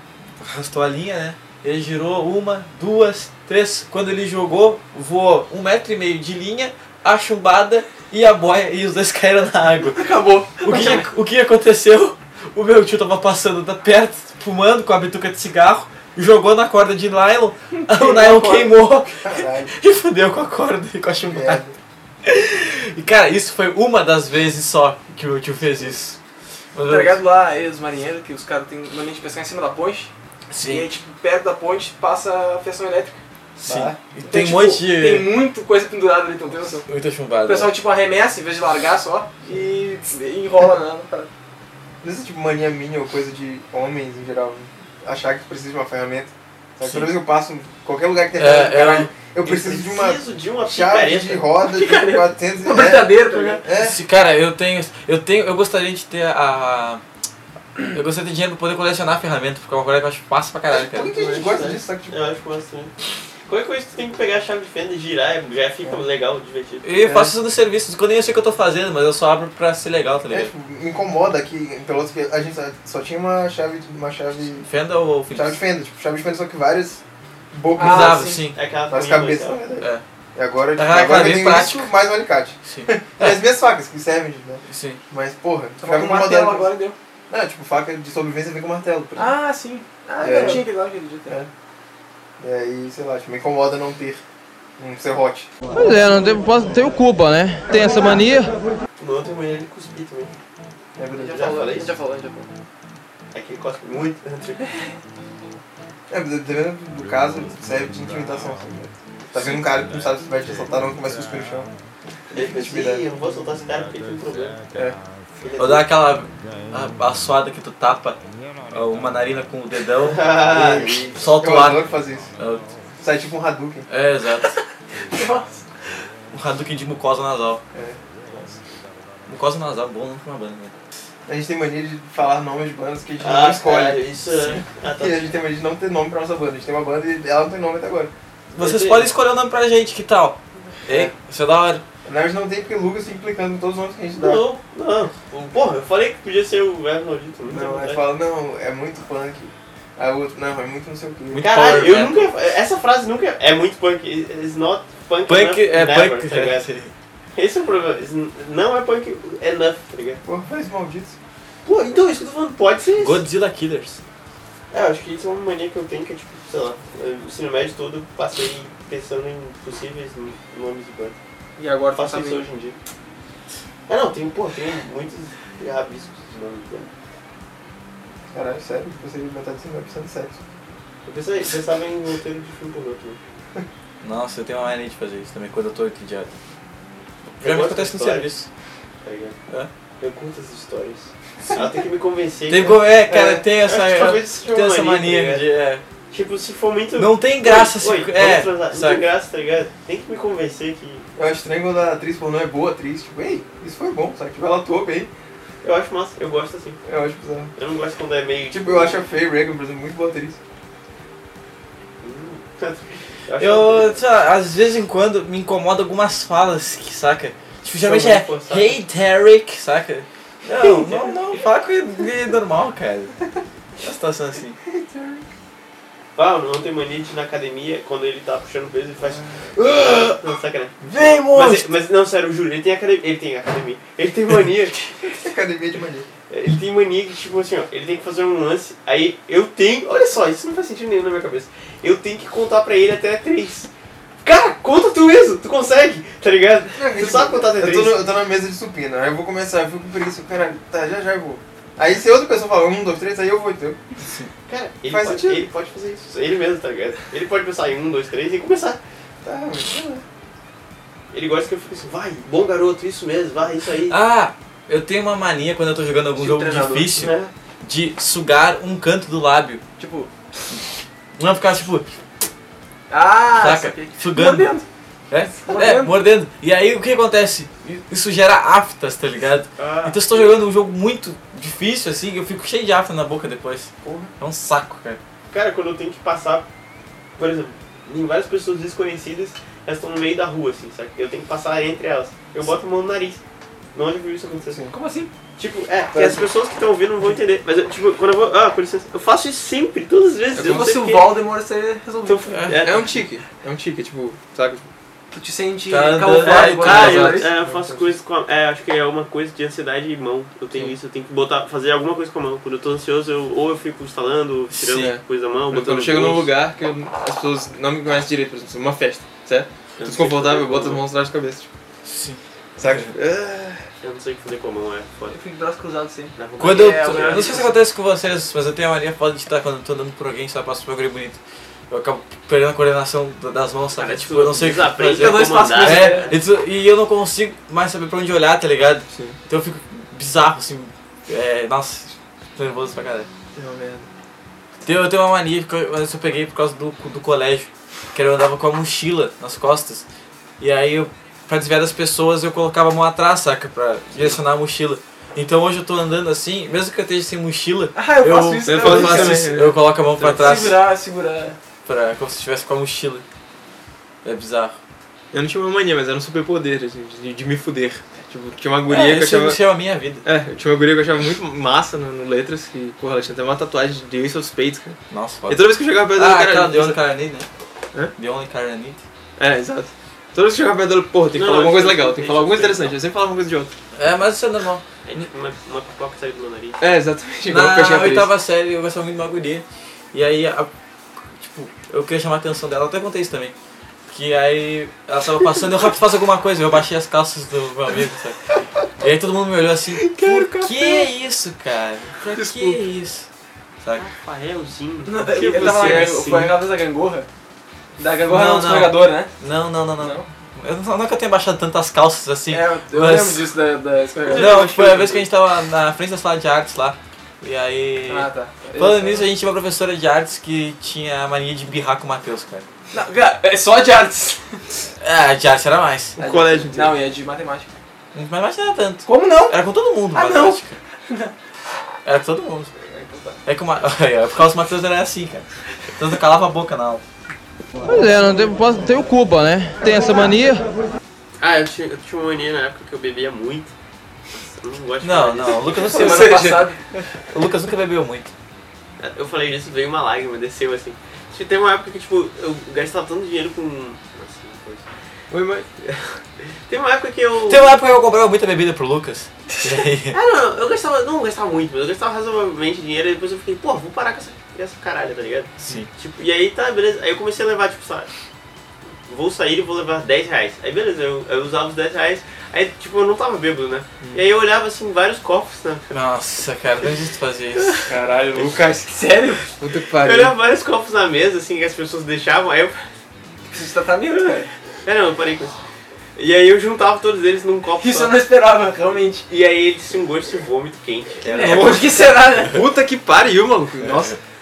C: arrastou a linha, né? Ele girou uma, duas, três. Quando ele jogou, voou um metro e meio de linha, a chumbada e a boia, e os dois caíram na água.
I: Acabou.
C: O que, o que aconteceu? O meu tio tava passando da perto, fumando com a bituca de cigarro, jogou na corda de nylon, o nylon queimou
B: Caralho,
C: e fudeu com a corda e com a chumbada.
B: merda.
C: E cara, isso foi uma das vezes só que o meu tio fez isso. Mas,
I: Tá ligado lá, aí, os marinheiros, que os caras têm mania de pescar em cima da ponte. E aí,
C: Sim,
I: tipo, perto da ponte passa a fiação elétrica.
C: sim.
B: Bah.
C: E tem um
I: tipo,
C: monte de. Tá
I: Tem muita coisa pendurada ali, tu não tem noção.
C: Muita
I: O
C: chumbada.
I: pessoal, tipo, arremessa em vez de largar só e e enrola né? na na parada.
B: Não sei se tipo mania minha ou coisa de homens em geral, achar que precisa de uma ferramenta. Sabe,
C: Sim.
B: toda vez que eu passo em qualquer lugar que tem
C: É,
B: ferramenta,
C: é.
B: caralho, eu preciso, de uma
A: um- preciso de uma
B: chave de
A: picareta.
B: roda de 400
I: Uma
B: reais.
I: brincadeira, tá ligado?
B: É,
C: Se- Cara, eu tenho. Eu tenho. Eu gostaria de ter a. Eu gostaria de ter dinheiro pra poder colecionar a ferramenta, porque é uma coisa que eu acho massa pra caralho,
B: por
C: cara.
B: que que a gente gosta disso? Só que, tipo,
A: Eu acho que assim. Qualquer coisa que tu tem que pegar a chave de fenda e girar, é, já
B: É.
A: fica legal, divertido.
C: E eu faço isso no serviço, que eu nem sei o que eu tô fazendo, mas eu só abro pra ser legal, tá
B: É,
C: ligado?
B: tipo, me incomoda que em Pelotas que a gente só- só tinha uma chave, uma chave,
C: Fenda ou
B: chave É. de
C: Philips?
B: fenda, tipo, chave de fenda só que várias bocas,
I: Ah,
C: Usava,
I: sim.
C: sim.
A: É aquela
B: nas
A: pinga e
B: cabeças, na
A: tal.
B: verdade.
C: É,
B: E agora, tipo,
C: Ah,
B: agora
C: claro,
B: eu
C: bem
B: tenho
C: prático. É.
B: isso, mais um alicate.
C: sim,
B: E as minhas facas, que servem, né?
C: sim.
B: Mas, porra,
I: Só
B: ficava
I: falta um
B: incomodando.
I: martelo agora e deu.
B: Não, tipo, faca de sobrevivência vem com martelo. Por
I: Ah, sim. Ah,
B: É.
I: eu tinha aquele lá, aquele dia.
B: É. E aí, sei lá, tipo, me incomoda não ter um serrote.
E: Pois é, não tem, posso, tenho culpa, né? Tem essa mania.
A: No outro manhã ele cuspia também.
B: É verdade.
A: Já falei?
D: Já falou, já falou.
A: É que ele cospe muito. Tipo,
B: É, mas dependendo do caso, serve de intimidação. assim, né? Tá vendo um cara que não sabe se vai te assaltar, não começa a cuspir no chão.
A: Ele fica assim, "Ih, eu não vou soltar esse cara porque tem um problema.
B: É.
A: Ele
C: Ou dá aquela a- assoada que tu tapa ó, uma narina com o dedão
B: É.
A: Ah,
C: e solta
B: Eu
C: o ar.
B: adoro fazer isso.
C: É,
B: Sai tipo um Hadouken.
C: É, exato. Um Hadouken de mucosa nasal.
B: É.
C: Mucosa nasal, bom nome pra uma banda, né?
B: A gente tem mania de falar nomes de bandas que a gente
A: Ah,
B: não escolhe.
A: cara, isso é. Ah, tá.
B: E a gente tem mania de não ter nome pra nossa banda. A gente tem uma banda e ela não tem nome até agora.
C: Vocês podem
A: é.
C: escolher o nome pra gente, que tal? Ei, isso é da hora.
B: Na verdade não tem porque o Lucas se implicando em todos os nomes que a gente dá.
A: Não, não. Porra, eu falei que podia ser o Evan Maldito. não tem
B: Não, aí
A: vontade.
B: fala, não, é muito punk. Aí o outro, não, é muito não sei o quê.
C: Muito
A: Caralho,
C: power
A: eu
C: metal.
A: nunca. Essa frase nunca. É muito punk. It's not punk.
C: Punk,
A: enough,
C: é
A: never,
C: punk.
A: tá ligado?
C: é, sim.
A: Esse é o problema. It's n- Não é punk enough, tá ligado?
B: Porra, faz maldito.
A: Pô, então isso que eu tô falando pode ser isso.
C: Godzilla Killers.
A: É, eu acho que isso é uma mania que eu tenho que é tipo, sei lá, eu, o cinema médio todo eu passei pensando em possíveis n- nomes de banda.
I: E agora
A: Eu
I: tu
A: faço isso
I: sabe.
A: hoje em dia. Ah não, tem, pô, tem muitos rabiscos de nomes de banda.
B: Caralho, é sério, você inventar isso não é precisando de sexo.
A: Eu pensei, pensava em um roteiro de filme pornô também.
C: Nossa, eu tenho uma mania de fazer isso também quando eu tô entediado.
A: Eu
C: Geralmente
A: gosto
C: acontece no
A: dessa
C: serviço.
A: história, Tá ligado? Eu curto essas histórias. Ela tem que me convencer.
C: Tem
A: que-
C: como é, cara,
A: É,
C: tem essa.
A: acho que talvez seja
C: Tem
A: uma
C: essa
A: tá
C: mania
A: ligado?
C: de. é.
A: Tipo, se for muito.
C: Não tem graça
A: Oi,
C: se.
A: oi,
C: É,
A: vamos transar. Não
C: sabe?
A: tem graça, tá ligado? Tem que me convencer que.
B: Eu acho estranho quando a atriz pornô é boa atriz, tipo, ei, isso foi bom, sabe? Tipo, ela atuou bem.
A: Eu acho massa, eu gosto assim.
B: Eu acho bizarro.
A: Eu não gosto quando é meio.
B: Tipo, eu acho a Faye Regan, por exemplo, muito boa atriz.
A: Hum. Eu. acho
C: Eu, sei lá, às vezes em quando me incomoda algumas falas, que saca? Tipo, geralmente
A: São
C: é
A: muito forçadas.
C: Hey Derek, saca? Não, não, não, fala com ele normal, cara. É uma situação assim.
A: Ah, não tem mania de ir na academia, quando ele tá puxando peso, ele faz. "Ah!" Não, sacanagem.
C: Vem,
A: Mas, é
C: monstro!
A: mas não, sério, o Júlio, ele tem academia. Ele tem academia. Ele tem mania.
B: Academia de mania.
A: ele tem mania que, tipo assim, ó, ele tem que fazer um lance. Aí eu tenho. Olha só, isso não faz sentido nenhum na minha cabeça. Eu tenho que contar pra ele até três. Cara, conta tu mesmo, tu consegue, tá ligado? Tu sabe contar até
B: eu tô,
A: três.
B: no- eu tô na mesa de supina, aí eu vou começar, eu fico com preguiça, caralho, tá, já já eu vou. Aí se outra pessoa fala, um, dois, três, aí eu vou, entendeu?
A: Cara, ele,
B: Faz
A: pode,
B: sentido.
A: ele pode fazer isso, ele mesmo, tá ligado? Ele pode pensar em um, dois, três e começar.
B: Tá, mas sei lá.
A: Ele gosta que eu fique assim, vai, bom garoto, isso mesmo, vai, isso aí.
C: Ah, eu tenho uma mania quando eu tô jogando algum
I: Tipo
C: jogo
I: treinador,
C: difícil
A: né?
C: de sugar um canto do lábio.
I: Tipo,
C: Não ficar tipo,
I: ah,
C: saca?
I: saquei.
C: Sugando.
I: Mordendo.
C: É, é,
I: Mordendo.
C: mordendo. E aí o que acontece? Isso gera aftas, tá ligado?
A: Ah,
C: Então se eu tô jogando um jogo muito difícil assim, eu fico cheio de afta na boca depois.
B: Porra.
C: É um saco, cara.
A: cara, quando eu tenho que passar, por exemplo, tem várias pessoas desconhecidas, elas estão no meio da rua, assim, sabe? Eu tenho que passar entre elas. Eu boto a mão no nariz. Não onde eu vi isso acontecer.
B: Sim.
I: Como assim?
A: Tipo, é, que as pessoas que estão ouvindo não vão entender. Mas, eu, tipo, quando eu vou. Ah, com licença. Eu faço isso sempre, todas as vezes.
I: É como
A: não sei
I: se o
A: porquê.
I: Voldemort seria resolvido.
A: Então, é,
B: É um tique, é um tique, tipo, saca?
I: Tu te sente
C: Tá andando-
B: um
I: camuflado
C: é,
B: né,
I: igual
A: Ah,
I: a
A: eu,
I: Voldemort.
A: é, eu faço coisas com a, É, acho que é uma coisa de ansiedade e mão. Eu tenho isso, eu tenho que botar, fazer alguma coisa com a mão. Quando eu tô ansioso, eu, ou eu fico instalando, ou tirando
B: Sim. é.
A: coisa da mão,
B: Quando
A: botando.
B: eu chego num
A: bolso.
B: lugar que eu- as pessoas não me conhecem direito, por exemplo, uma festa, certo? Tô
A: Eu não sei o que
B: desconfortável, eu
A: fazer com a
B: boto as
A: mão.
B: mãos atrás da cabeça, tipo,
C: Sim.
B: saca? Tipo, "Ah".
A: Eu não sei o que fazer com a mão, é foda.
I: Eu fico de braço cruzado sempre.
C: Quando eu.
I: É,
C: tô-
I: o melhor
C: não sei se acontece com vocês, mas eu tenho a mania foda de estar quando eu tô andando por alguém, só passa um bagulho bonito. Eu acabo perdendo a coordenação da- das mãos, sabe?
A: Cara,
C: tipo,
A: tu
C: eu não sei o que
A: desaprende
C: fazer.
A: a
I: não espaço
A: comandar.
I: pra
C: É, e, tu- e eu não consigo mais saber pra onde olhar, tá ligado?
B: Sim.
C: Então eu fico bizarro, assim. É, nossa, tô nervoso pra caralho.
B: É uma merda.
C: Tem- Eu tenho uma mania que eu, essa eu peguei por causa do, do colégio, que era eu andava com a mochila nas costas. E aí, eu, pra desviar das pessoas, eu colocava a mão atrás, saca? Pra direcionar a mochila. Então hoje eu tô andando assim, mesmo que eu esteja sem mochila,
I: Ah, eu,
C: Eu-
I: faço isso
B: eu
I: também.
B: faço isso
C: eu coloco a mão pra trás,
I: Segurar, segurar.
C: pra, como se estivesse com a mochila. É bizarro.
B: Eu não tinha uma mania, mas era um superpoder, assim, de, de me fuder. Tipo, tinha uma guria
C: É,
B: que eu
C: isso
B: achava...
C: chama... a minha vida.
B: É, eu tinha uma guria que eu achava muito massa no, no Letras, que, porra, ela tinha até uma tatuagem de Ace of Spades, cara.
C: Nossa,
B: E
C: foda.
B: toda vez que Então, eu chegava perto dela,
C: Ah,
B: cara...
C: aquela The Only Carnate, né?
B: Hã?
C: The Only Carnate.
B: É, exato. Toda vez que eu chegava perto dela, porra, tem que
A: Não,
B: falar
A: não,
B: alguma coisa
A: isso-
B: legal, tem que
A: isso
B: falar alguma
A: eu
B: coisa
A: sei.
B: interessante. Eu sempre falava uma coisa de outra.
C: É, mas isso é normal.
A: É tipo uma, uma pipoca saiu do meu nariz.
B: É, exatamente. Igual o
C: Na
B: Peixinho Feliz.
C: oitava série eu gostava muito de uma guria. E aí, a- tipo, eu queria chamar a atenção dela, eu até contei isso também. Que aí ela tava passando, eu rápido faço alguma coisa, eu baixei as calças do meu amigo, sabe? E aí todo mundo me olhou assim, por que isso, cara? Pra
B: Desculpa.
C: que isso? Sabe?
A: Rafaelzinho.
I: eu,
A: tipo
I: eu tava
B: você
I: na
B: é
I: gang-
B: assim?
I: foi aquela vez da gangorra. Da gangorra
C: Não,
I: não,
C: não.
I: do escorregador, né?
C: Não, não, não, não. Eu não- nunca tenho baixado tantas calças assim.
I: É, eu eu
C: Mas-
I: lembro disso da, da escorregador.
C: Não, foi a vez que a gente tava na frente da sala de artes lá. E aí.
I: Ah, tá.
C: Falando nisso, a gente tinha uma professora de artes que tinha a mania de birrar com o Matheus, cara.
I: Não, cara, é só de artes.
C: Ah, de artes era mais.
B: O colégio inteiro.
I: Não, e é de matemática.
C: Mas mais não era tanto.
I: Como não?
C: Era com todo mundo,
I: Ah,
C: matemática. Era com todo mundo. É que o Ma... é por causa do Matheus era assim, cara. Então eu calava a boca na aula.
E: Pois é, não tem, posso, tem o Cuba, né? Tem essa mania.
A: Ah, eu tinha, eu tinha uma mania na época que eu bebia muito. Nossa, eu não gosto de falar
C: Não,
A: disso.
C: não, o Lucas, não
I: Semana
C: se-
I: passada.
C: o Lucas nunca bebeu muito.
A: Eu falei isso, veio uma lágrima, desceu assim. Tipo, Tem uma época que, tipo, eu gastava tanto dinheiro com. Nossa, não foi isso.
B: Oi, mãe.
A: Tem uma época que eu.
C: Tem uma época que eu comprava muita bebida pro Lucas. E
A: Ah,
C: aí,
A: não, eu gastava. Não gastava muito, mas eu gastava razoavelmente dinheiro e depois eu fiquei, pô, vou parar com essa, com essa caralho, tá ligado?
C: sim.
A: Tipo, e aí tá, beleza. Aí eu comecei a levar, tipo, sabe? Vou sair e vou levar 10 reais. Aí beleza, eu, eu usava os 10 reais. Aí, tipo, eu não tava bêbado, né?
I: Hum.
A: E aí eu olhava, assim, vários copos, né?
C: Nossa, cara, não existe fazer isso.
B: Caralho, Lucas.
I: Sério?
B: Puta que
A: Eu
B: pariu.
A: olhava vários copos na mesa, assim, que as pessoas deixavam. Aí eu.
I: Preciso de tratamento, tá cara.
A: É, não, eu parei com isso. E aí eu juntava todos eles num copo
I: Isso
A: só.
I: eu não esperava, realmente.
A: E aí eles tinham um gosto de vômito quente. um
I: É, por que será, né?
B: Puta que pariu, maluco. Nossa.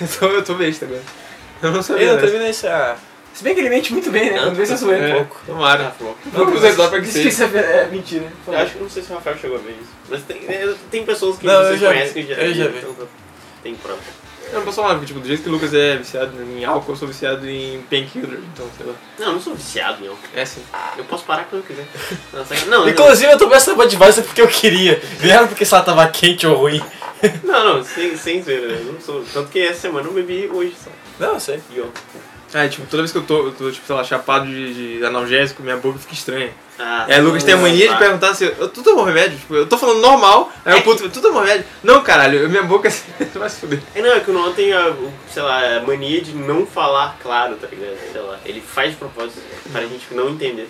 B: Eu tô, eu tô besta agora. Eu não sabia.
C: Eu
B: dessa.
C: terminei essa.
I: Se bem que ele mente muito bem, né? Quando vê se eu sou
B: É,
I: ele.
B: Tomara.
I: Não,
B: Vamos usar lá pra que
I: Diz que
B: seja.
I: isso é, é mentira.
A: Eu acho que não sei se o Rafael chegou a ver isso. Mas tem, é, tem pessoas que
C: Não, eu
A: vocês
C: já vi,
A: conhecem que já,
C: eu já vi.
A: então tá- tem prova.
B: Eu não posso falar, porque, tipo, do jeito que o Lucas é viciado em álcool, eu sou viciado em painkiller, então sei lá.
A: Não, eu não sou viciado, não.
B: É assim.
A: Eu posso parar quando eu quiser. Não, saca- não, não,
C: Inclusive, eu tomei essa Budweiser porque eu queria. Não era porque se ela tava quente ou ruim.
A: não, não, sem, sem zoeira, eu não sou. Tanto que essa semana eu bebi hoje só.
C: Não, eu sei.
A: E ontem.
B: Ah, tipo, toda vez que eu tô, eu tô tipo, sei lá, chapado de, de analgésico, minha boca fica estranha.
A: Ah,
B: É, aí o Lucas tem a mania de
A: tá.
B: perguntar se eu, tu tomou remédio? Tipo, eu tô falando normal, aí o puto, tu tomou remédio? Não, caralho, eu- minha boca tu vai se fuder.
A: É, não, é que o Noah tem a, o- sei lá, a mania de não falar claro, tá ligado? Sei lá, ele faz de propósito pra gente não entender.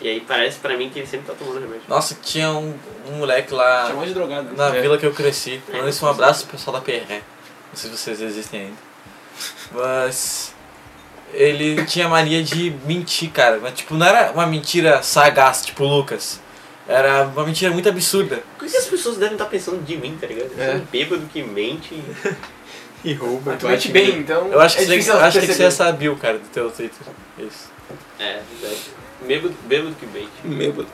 A: E aí parece pra mim que ele sempre tá tomando remédio.
C: Nossa, tinha um, um moleque lá.
I: Chamou de drogado. É.
C: Na vila que eu cresci. Falando isso, um abraço pro pessoal da PR. Não sei se vocês existem ainda. Mas. Ele tinha mania de mentir, cara. Mas, tipo, não era uma mentira sagaz, tipo o Lucas. Era uma mentira muito absurda.
A: O que as pessoas devem estar pensando de mim, tá ligado? Eu sou um bêbado que mente.
B: É. E rouba.
I: Mas tu mente bem, então.
C: Eu acho que,
I: é
C: você,
I: difícil
C: eu
I: elas
C: acho que tem que ser
I: perceberem.
C: essa bio, cara, do teu Twitter. Isso.
A: É, verdade. Bêbado, bêbado que mente.
B: Bêbado.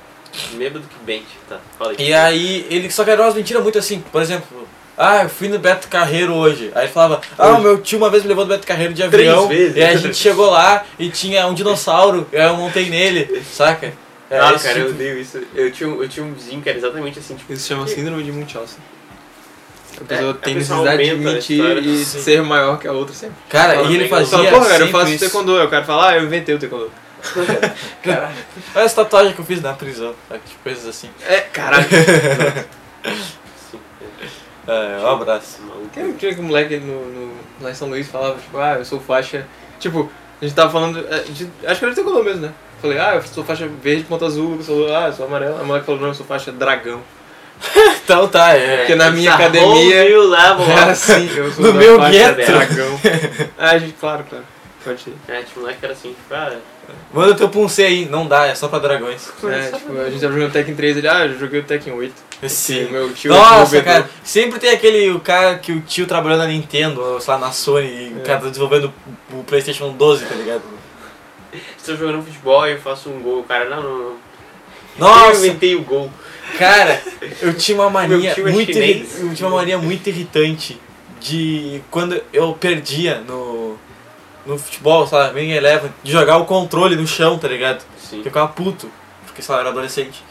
A: Bêbado que mente, tá. Fala aí.
C: E aí, ele só que era umas mentiras muito assim, por exemplo. Ah, eu fui no Beto Carreiro hoje. Aí ele falava, ah, o meu tio uma vez me levou no Beto Carreiro de
A: Três
C: avião.
A: vezes.
C: E aí a gente chegou lá e tinha um dinossauro, e aí eu montei nele, saca? É,
A: ah,
C: esse
A: cara, eu
C: tipo-
A: odeio isso. Eu tinha, um- eu tinha um vizinho que era exatamente assim, tipo,
B: Isso se chama síndrome de Munchausen. É, A pessoa
A: a
B: tem
A: pessoa
B: necessidade de
A: aumenta a
B: mentir
A: história.
B: e
C: Sim.
B: ser maior que a outra sempre.
C: Cara,
A: Fala
C: e
A: bem,
C: ele
A: eu
B: Só,
C: fazia.
B: porra, cara, eu
C: sempre
B: faço
C: isso.
B: taekwondo. Eu quero falar, ah, eu inventei o taekwondo.
C: Olha essa tatuagem que eu fiz na prisão, sabe? Tipo, coisas assim.
B: É, caralho.
A: assim,
C: É, um abraço.
A: maluco.
B: Quem tinha que o moleque no, no, lá em São Luís falava, tipo, ah, eu sou faixa. Tipo, a gente tava falando. é, de- acho que era de taekwondo mesmo, né? Falei, ah, eu sou faixa verde, ponta azul, eu sou, ah, eu sou amarela. A moleque falou, não, eu sou faixa dragão.
C: Então tá, é.
B: Porque na minha
A: It's a
B: academia.
A: whole new level up.
B: Era assim, eu sou
C: No
B: da
C: meu
B: faixa
C: gueto.
B: dragão. ah, gente, claro, claro. Pode ir.
A: É, tipo, o moleque era assim, tipo, ah,
C: Manda teu punce aí, não dá, é só pra dragões.
B: É, tipo, a gente tava jogando Tekken 3 ele, ah, eu joguei o Tekken 8.
C: Sim.
B: E Meu tio
C: Nossa,
B: desenvolvedor.
C: cara, sempre tem aquele o cara que o tio trabalhou na Nintendo, ou sei lá, na Sony, e
A: É.
C: o cara tá desenvolvendo o PlayStation 12, tá ligado?
A: estou jogando futebol e eu faço um gol, o cara, não, não, não. Eu
C: Nossa,
A: inventei o gol.
C: cara, eu tinha uma mania
A: Meu tio é
C: muito irri-
A: chinês.
C: eu tinha uma mania muito irritante de quando eu perdia no no futebol, sabe? Bem eleva, de jogar o controle no chão, tá ligado?
A: Sim.
C: Eu ficava puto, porque sei lá, eu era adolescente.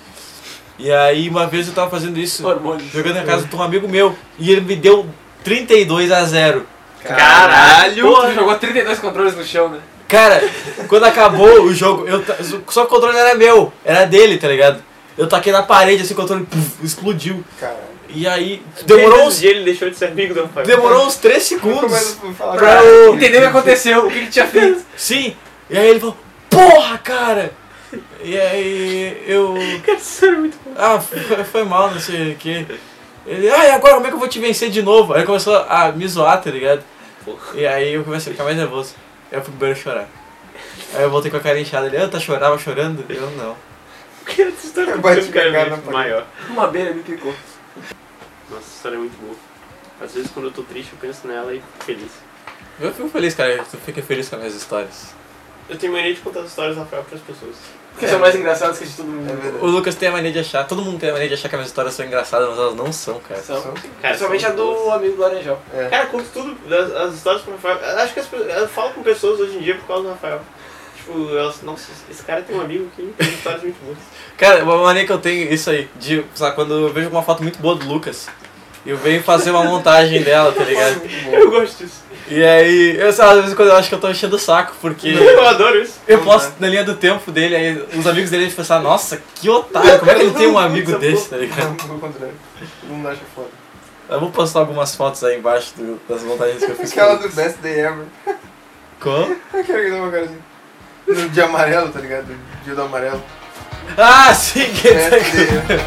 C: E aí uma vez eu tava fazendo isso,
D: Hormônios.
C: jogando
A: é.
C: na casa de um amigo meu, e ele me deu 32 a 0.
A: Caralho!
I: Pô, tu jogou 32 controles no chão, né?
C: Cara, quando acabou o jogo, eu ta- só que o controle não era meu, era dele, tá ligado? Eu taquei na parede, assim, o controle puf, explodiu.
B: Caralho.
C: E aí demorou
A: Desde
C: uns,
A: esse um dia ele deixou de ser amigo do Rafael.
C: demorou uns 3 segundos
B: Começa a falar
C: pra
B: agora.
C: eu
I: Entendeu o que aconteceu, o que que tinha feito.
C: Sim! E aí ele falou, porra, cara! E aí eu. Ah, foi, foi mal, não sei o que. Ele, ah, e agora como é que eu vou te vencer de novo? Aí ele começou a me zoar, tá ligado? E aí eu comecei a ficar mais nervoso. Aí eu fui pro banheiro chorar. Aí eu voltei com a cara inchada. Ele, ah, tá chorava chorando? Eu não.
A: Porque essa história é
B: Eu bati
A: muito
B: com a cara na
A: cara
B: parede.
A: maior.
I: Uma abelha
C: né?
I: me picou.
A: Nossa, essa história é muito boa. Às vezes quando eu tô triste, eu penso nela e fico feliz.
C: Eu fico feliz, cara. Tu fica feliz com as minhas histórias.
A: Eu tenho mania de contar as histórias do Rafael pras pessoas.
I: Porque são mais engraçados que as de todo
B: É
I: mundo.
B: verdade.
C: O Lucas tem a mania de achar, todo mundo tem a mania de achar que as minhas histórias são engraçadas, mas elas não são, cara.
I: São.
B: um
A: Cara,
I: Principalmente
A: são
I: É, a do
A: boas.
I: amigo do Laranjal.
B: É,
A: Cara, eu conto tudo, as, as histórias com o Rafael. Eu Acho que as, pessoas- eu falo com pessoas hoje em dia por causa do Rafael. Tipo, elas, nossa, esse cara tem um amigo que tem histórias muito boas.
C: Cara, uma mania que eu tenho é isso aí, de, sabe, quando eu vejo uma foto muito boa do Lucas, eu venho fazer uma montagem dela, tá ligado?
A: Eu gosto disso.
C: E aí, eu sei lá, às vezes quando eu acho que eu tô enchendo o saco, porque
A: Eu adoro isso.
C: eu posto na linha do tempo dele, aí os amigos dele pensam, "Ah, nossa, que otário, como é que ele tem um amigo desse, tá ligado?
B: Não, pelo contrário. Todo mundo acha é foda.
C: Eu vou postar algumas fotos aí embaixo do- das montagens que eu fiz.
B: Aquela do Best Day Ever.
C: Como?
B: Eu quero que dê uma cara assim. No dia amarelo, tá ligado? No dia do amarelo.
C: Ah, sim, que
B: Best Day Ever.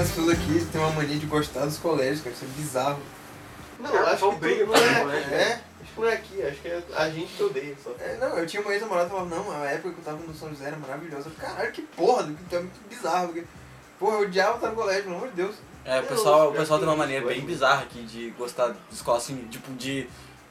B: As pessoas aqui têm uma mania de gostar dos colégios, cara. Isso é bizarro.
A: Não, eu acho que briga não é.
B: É?
A: Acho que não é aqui, acho que é a gente que odeia só.
B: É, não, eu tinha uma ex-namorada que falava, não, a época que eu tava no São José era maravilhosa. Eu, Caralho, que porra, que é muito bizarro. Porque, porra, eu odiava estar no colégio, pelo amor de Deus.
C: É, o pessoal, o pessoal tem uma maneira bem bizarra aqui de gostar de escola, assim, tipo, de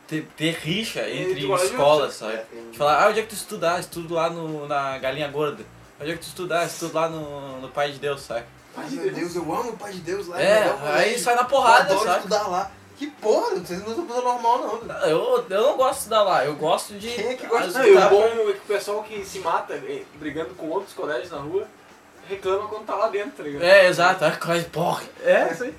C: ter, ter rixa entre escolas, sabe? De falar, ah, onde é que tu estudar? Estudo lá no, na Galinha Gorda. Onde é que tu estudar? Estudo lá no, no Pai de Deus, sabe?
B: Pai de Deus. eu amo o Pai de Deus lá.
C: é,
B: eu adoro o
C: aí
B: colégio,
C: sai na
B: eu
C: porrada,
B: adoro
C: sabe?
B: estudar lá. Que porra, vocês não são coisa normal, não. né?
C: Eu, eu não gosto de estudar lá, eu gosto de.
B: Quem é que gosta de
I: Não, e o
C: estudar?
I: bom é que o pessoal que se mata eh, brigando com outros colégios na rua reclama quando tá lá dentro, tá ligado?
C: É, exato, é quase porra.
I: É, isso aí.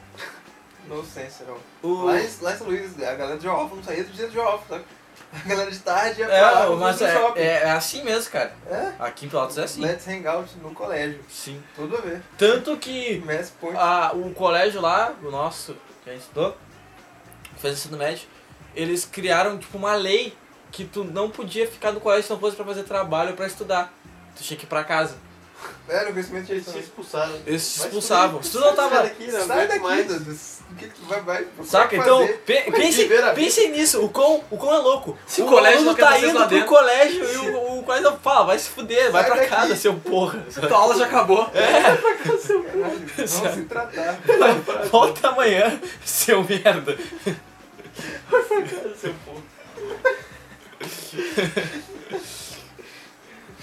B: No sense, não.
C: O,
B: Lá, em- lá em São Luís, a galera de off não saía do dia de off, sabe? A galera de tarde ia
C: é,
B: pra lá,
C: mas
B: no
C: é,
B: shopping.
C: é, é assim mesmo, cara.
B: É?
C: Aqui em Pelotas é assim.
B: Let's hang out no colégio.
C: Sim.
B: Tudo a ver.
C: Tanto que
B: Mass point.
C: a, o colégio lá, o nosso, que a gente estudou, fez ensino médio, eles criaram tipo uma lei que tu não podia ficar no colégio se não fosse pra fazer trabalho ou pra estudar. Tu tinha que ir pra casa.
B: Era o conhecimento É, de
A: Eles se
B: gestão.
A: expulsaram.
C: Eles te
A: Mas
C: expulsavam. Se tu não
A: Sai
C: tava.
A: daqui, não
B: Sai
A: aguento
B: daqui,
A: mais.
B: Dudu. O é que que tu vai, vai? procura
C: Saca?
B: fazer.
C: Então, pe pense,
A: viver a vida.
C: pensem nisso, o quão, o quão é louco.
I: Se
C: o
I: o colégio
C: aluno
I: não quer
C: tá
I: vocês
C: indo
I: lá
C: pro
I: dentro.
C: colégio e o, o colégio fala, vai se fuder, vai
B: Sai
C: pra
B: daqui.
C: casa, seu porra.
I: Tua aula já acabou.
B: Caralho, Vamos se tratar.
C: Volta amanhã, seu merda.
A: Seu povo.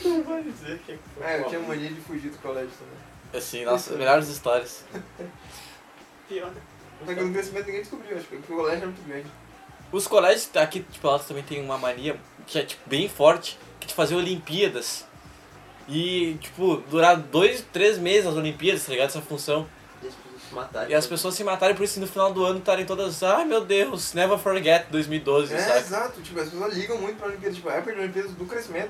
A: Não vai dizer que é que
B: É, eu tinha mania de fugir do colégio também.
C: Assim, nossa, melhores histórias.
A: pior.
B: Só que no crescimento ninguém descobriu, acho que o colégio é muito grande.
C: Os colégios tá, aqui de Pelotas também tem uma mania que é tipo, bem forte, que é de fazer Olimpíadas. E, tipo, durar dois, três meses as Olimpíadas, tá ligado? Essa função.
A: E as pessoas se mataram.
C: E as pessoas se matarem por isso e no final do ano estarem todas, ai meu Deus, never forget 2012,
B: É,
C: sabe?
B: exato. Tipo, as pessoas ligam muito pra Olimpíada. Tipo, a época de Olimpíadas do crescimento.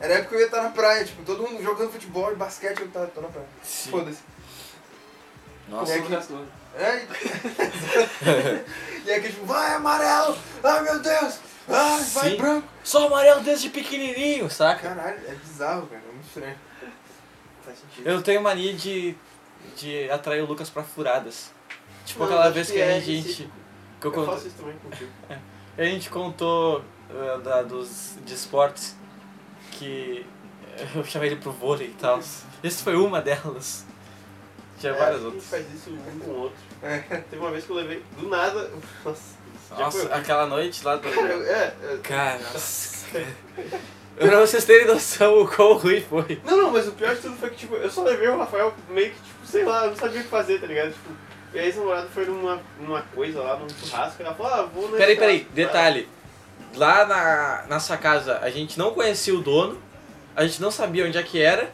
B: Era a época que eu ia estar na praia, tipo, todo mundo jogando futebol, basquete, eu tava, tô na praia.
C: Sim.
B: Foda-se.
C: Nossa.
B: É que- É, e- e aqui, tipo, vai amarelo! Ai meu Deus! Ai, vai
C: Sim.
B: branco!
C: Sou amarelo desde pequenininho, saca?
B: Caralho, é bizarro, cara, é muito estranho. Faz sentido.
C: Eu tenho mania de, de atrair o Lucas pra furadas. Tipo
A: Mano,
C: aquela
A: acho
C: vez
A: que
C: que a
A: é
C: gente.
A: recíproco.
C: Que eu
A: Eu
C: contei-
A: faço isso também contigo.
C: A gente contou eh, da, dos, de esportes que eu chamei ele pro vôlei e tal. Essa foi uma delas. Tinha várias
A: É,
C: outras.
A: A gente faz isso um com o outro.
B: É.
A: Teve uma vez que eu levei do nada. Nossa, já
C: Nossa,
A: foi.
C: aquela noite lá do.
A: Cara, eu- é, é.
C: Cara, nossa. cara. pra vocês terem noção o quão ruim foi.
A: Não, não, mas o pior de tudo foi que, tipo, eu só levei o Rafael meio que, tipo, sei lá, eu não sabia o que fazer, tá ligado? Tipo, minha ex-namorada foi numa, numa coisa lá, num churrasco, e ela falou, ah, vou nesse
C: Peraí, peraí,
A: churrasco,
C: detalhe. Lá na nossa casa a gente não conhecia o dono, a gente não sabia onde é que era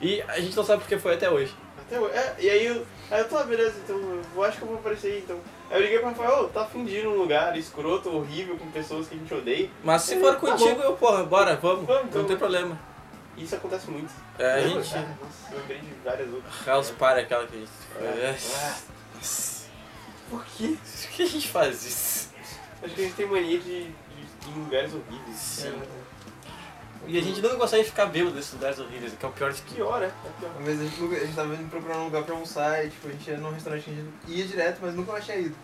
C: e a gente não sabe porque foi até hoje.
A: vai." Até hoje. É, e aí eu, aí eu tô, ah, beleza, então, eu vou- acho que eu vou aparecer aí, então. Aí eu liguei pro Rafael, "Ô, tá fingindo um lugar escroto, horrível, com pessoas que a gente odeia.
C: Mas se
A: É,
C: for
A: tá
C: contigo, eu, porra, bora, vamos.
A: Vamos,
C: Não
A: então.
C: tem problema.
A: E Isso acontece muito.
C: É, a
A: Lembra?
C: gente.
A: Ah, nossa, eu lembrei de várias outras.
C: House para é aquela que a gente. É. Nossa.
A: Ah, por quê?
C: Por que a gente faz isso?
A: Acho que a gente tem mania de, de ir em lugares horríveis.
B: É,
C: Sim. E a gente não consegue ficar bêbado nesses lugares horríveis, que é o pior de
A: Que
C: que.
A: hora? É pior.
B: Uma vez a gente, a gente tava indo procurar um lugar pra almoçar e tipo, a gente ia num restaurante que a gente ia direto, mas nunca mais tinha ido.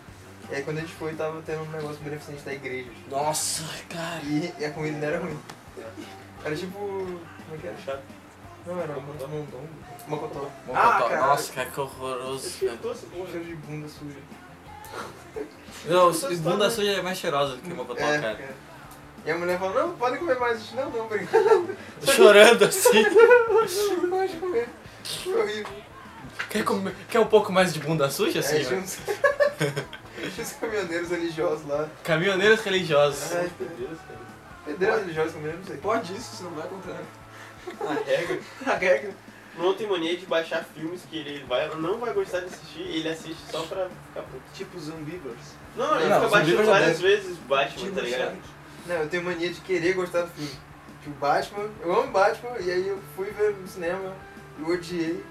B: E aí quando a gente foi, tava tendo um negócio beneficente da igreja. tipo,
C: Nossa, cara.
B: E, e a comida não era ruim. Era tipo. Como é que era?
A: Chato.
B: Não, era uma mocotó.
C: Mocotó.
B: cara.
C: Nossa, Ah, cara, que horroroso.
A: Eu
C: Cara.
A: doce, porra.
B: Um Cheiro de bunda suja.
C: Não, o bunda suja é mais cheirosa do que mocotó,
B: É,
C: cara.
B: cara. E a mulher falou, não, pode comer mais. Eu disse, Não, não, obrigado.
C: Chorando assim.
B: Não pode comer. Foi horrível.
C: quer, comer- quer um pouco mais de bunda
B: Aí
C: suja, assim?
B: tinha uns... tinha uns caminhoneiros religiosos lá.
C: Caminhoneiros religiosos.
B: Ai,
A: Meu Deus, cara.
B: pedreiros religiosos, caminhoneiros, não sei.
I: Pode isso, senão vai ao contrário.
A: A regra.
I: A regra.
A: Não tem mania de baixar filmes que ele vai, não vai gostar de assistir e ele assiste só pra ficar puto.
I: Tipo Zumbivers.
A: Não, ele
C: Não,
A: fica
C: os
A: baixando
C: livros já
A: várias vezes Batman, tá
I: Tipo
A: ligado?
I: Sonic.
B: Não, eu tenho mania de querer gostar do filme. Tipo, Batman, eu amo Batman, e aí eu fui ver no cinema, eu odiei.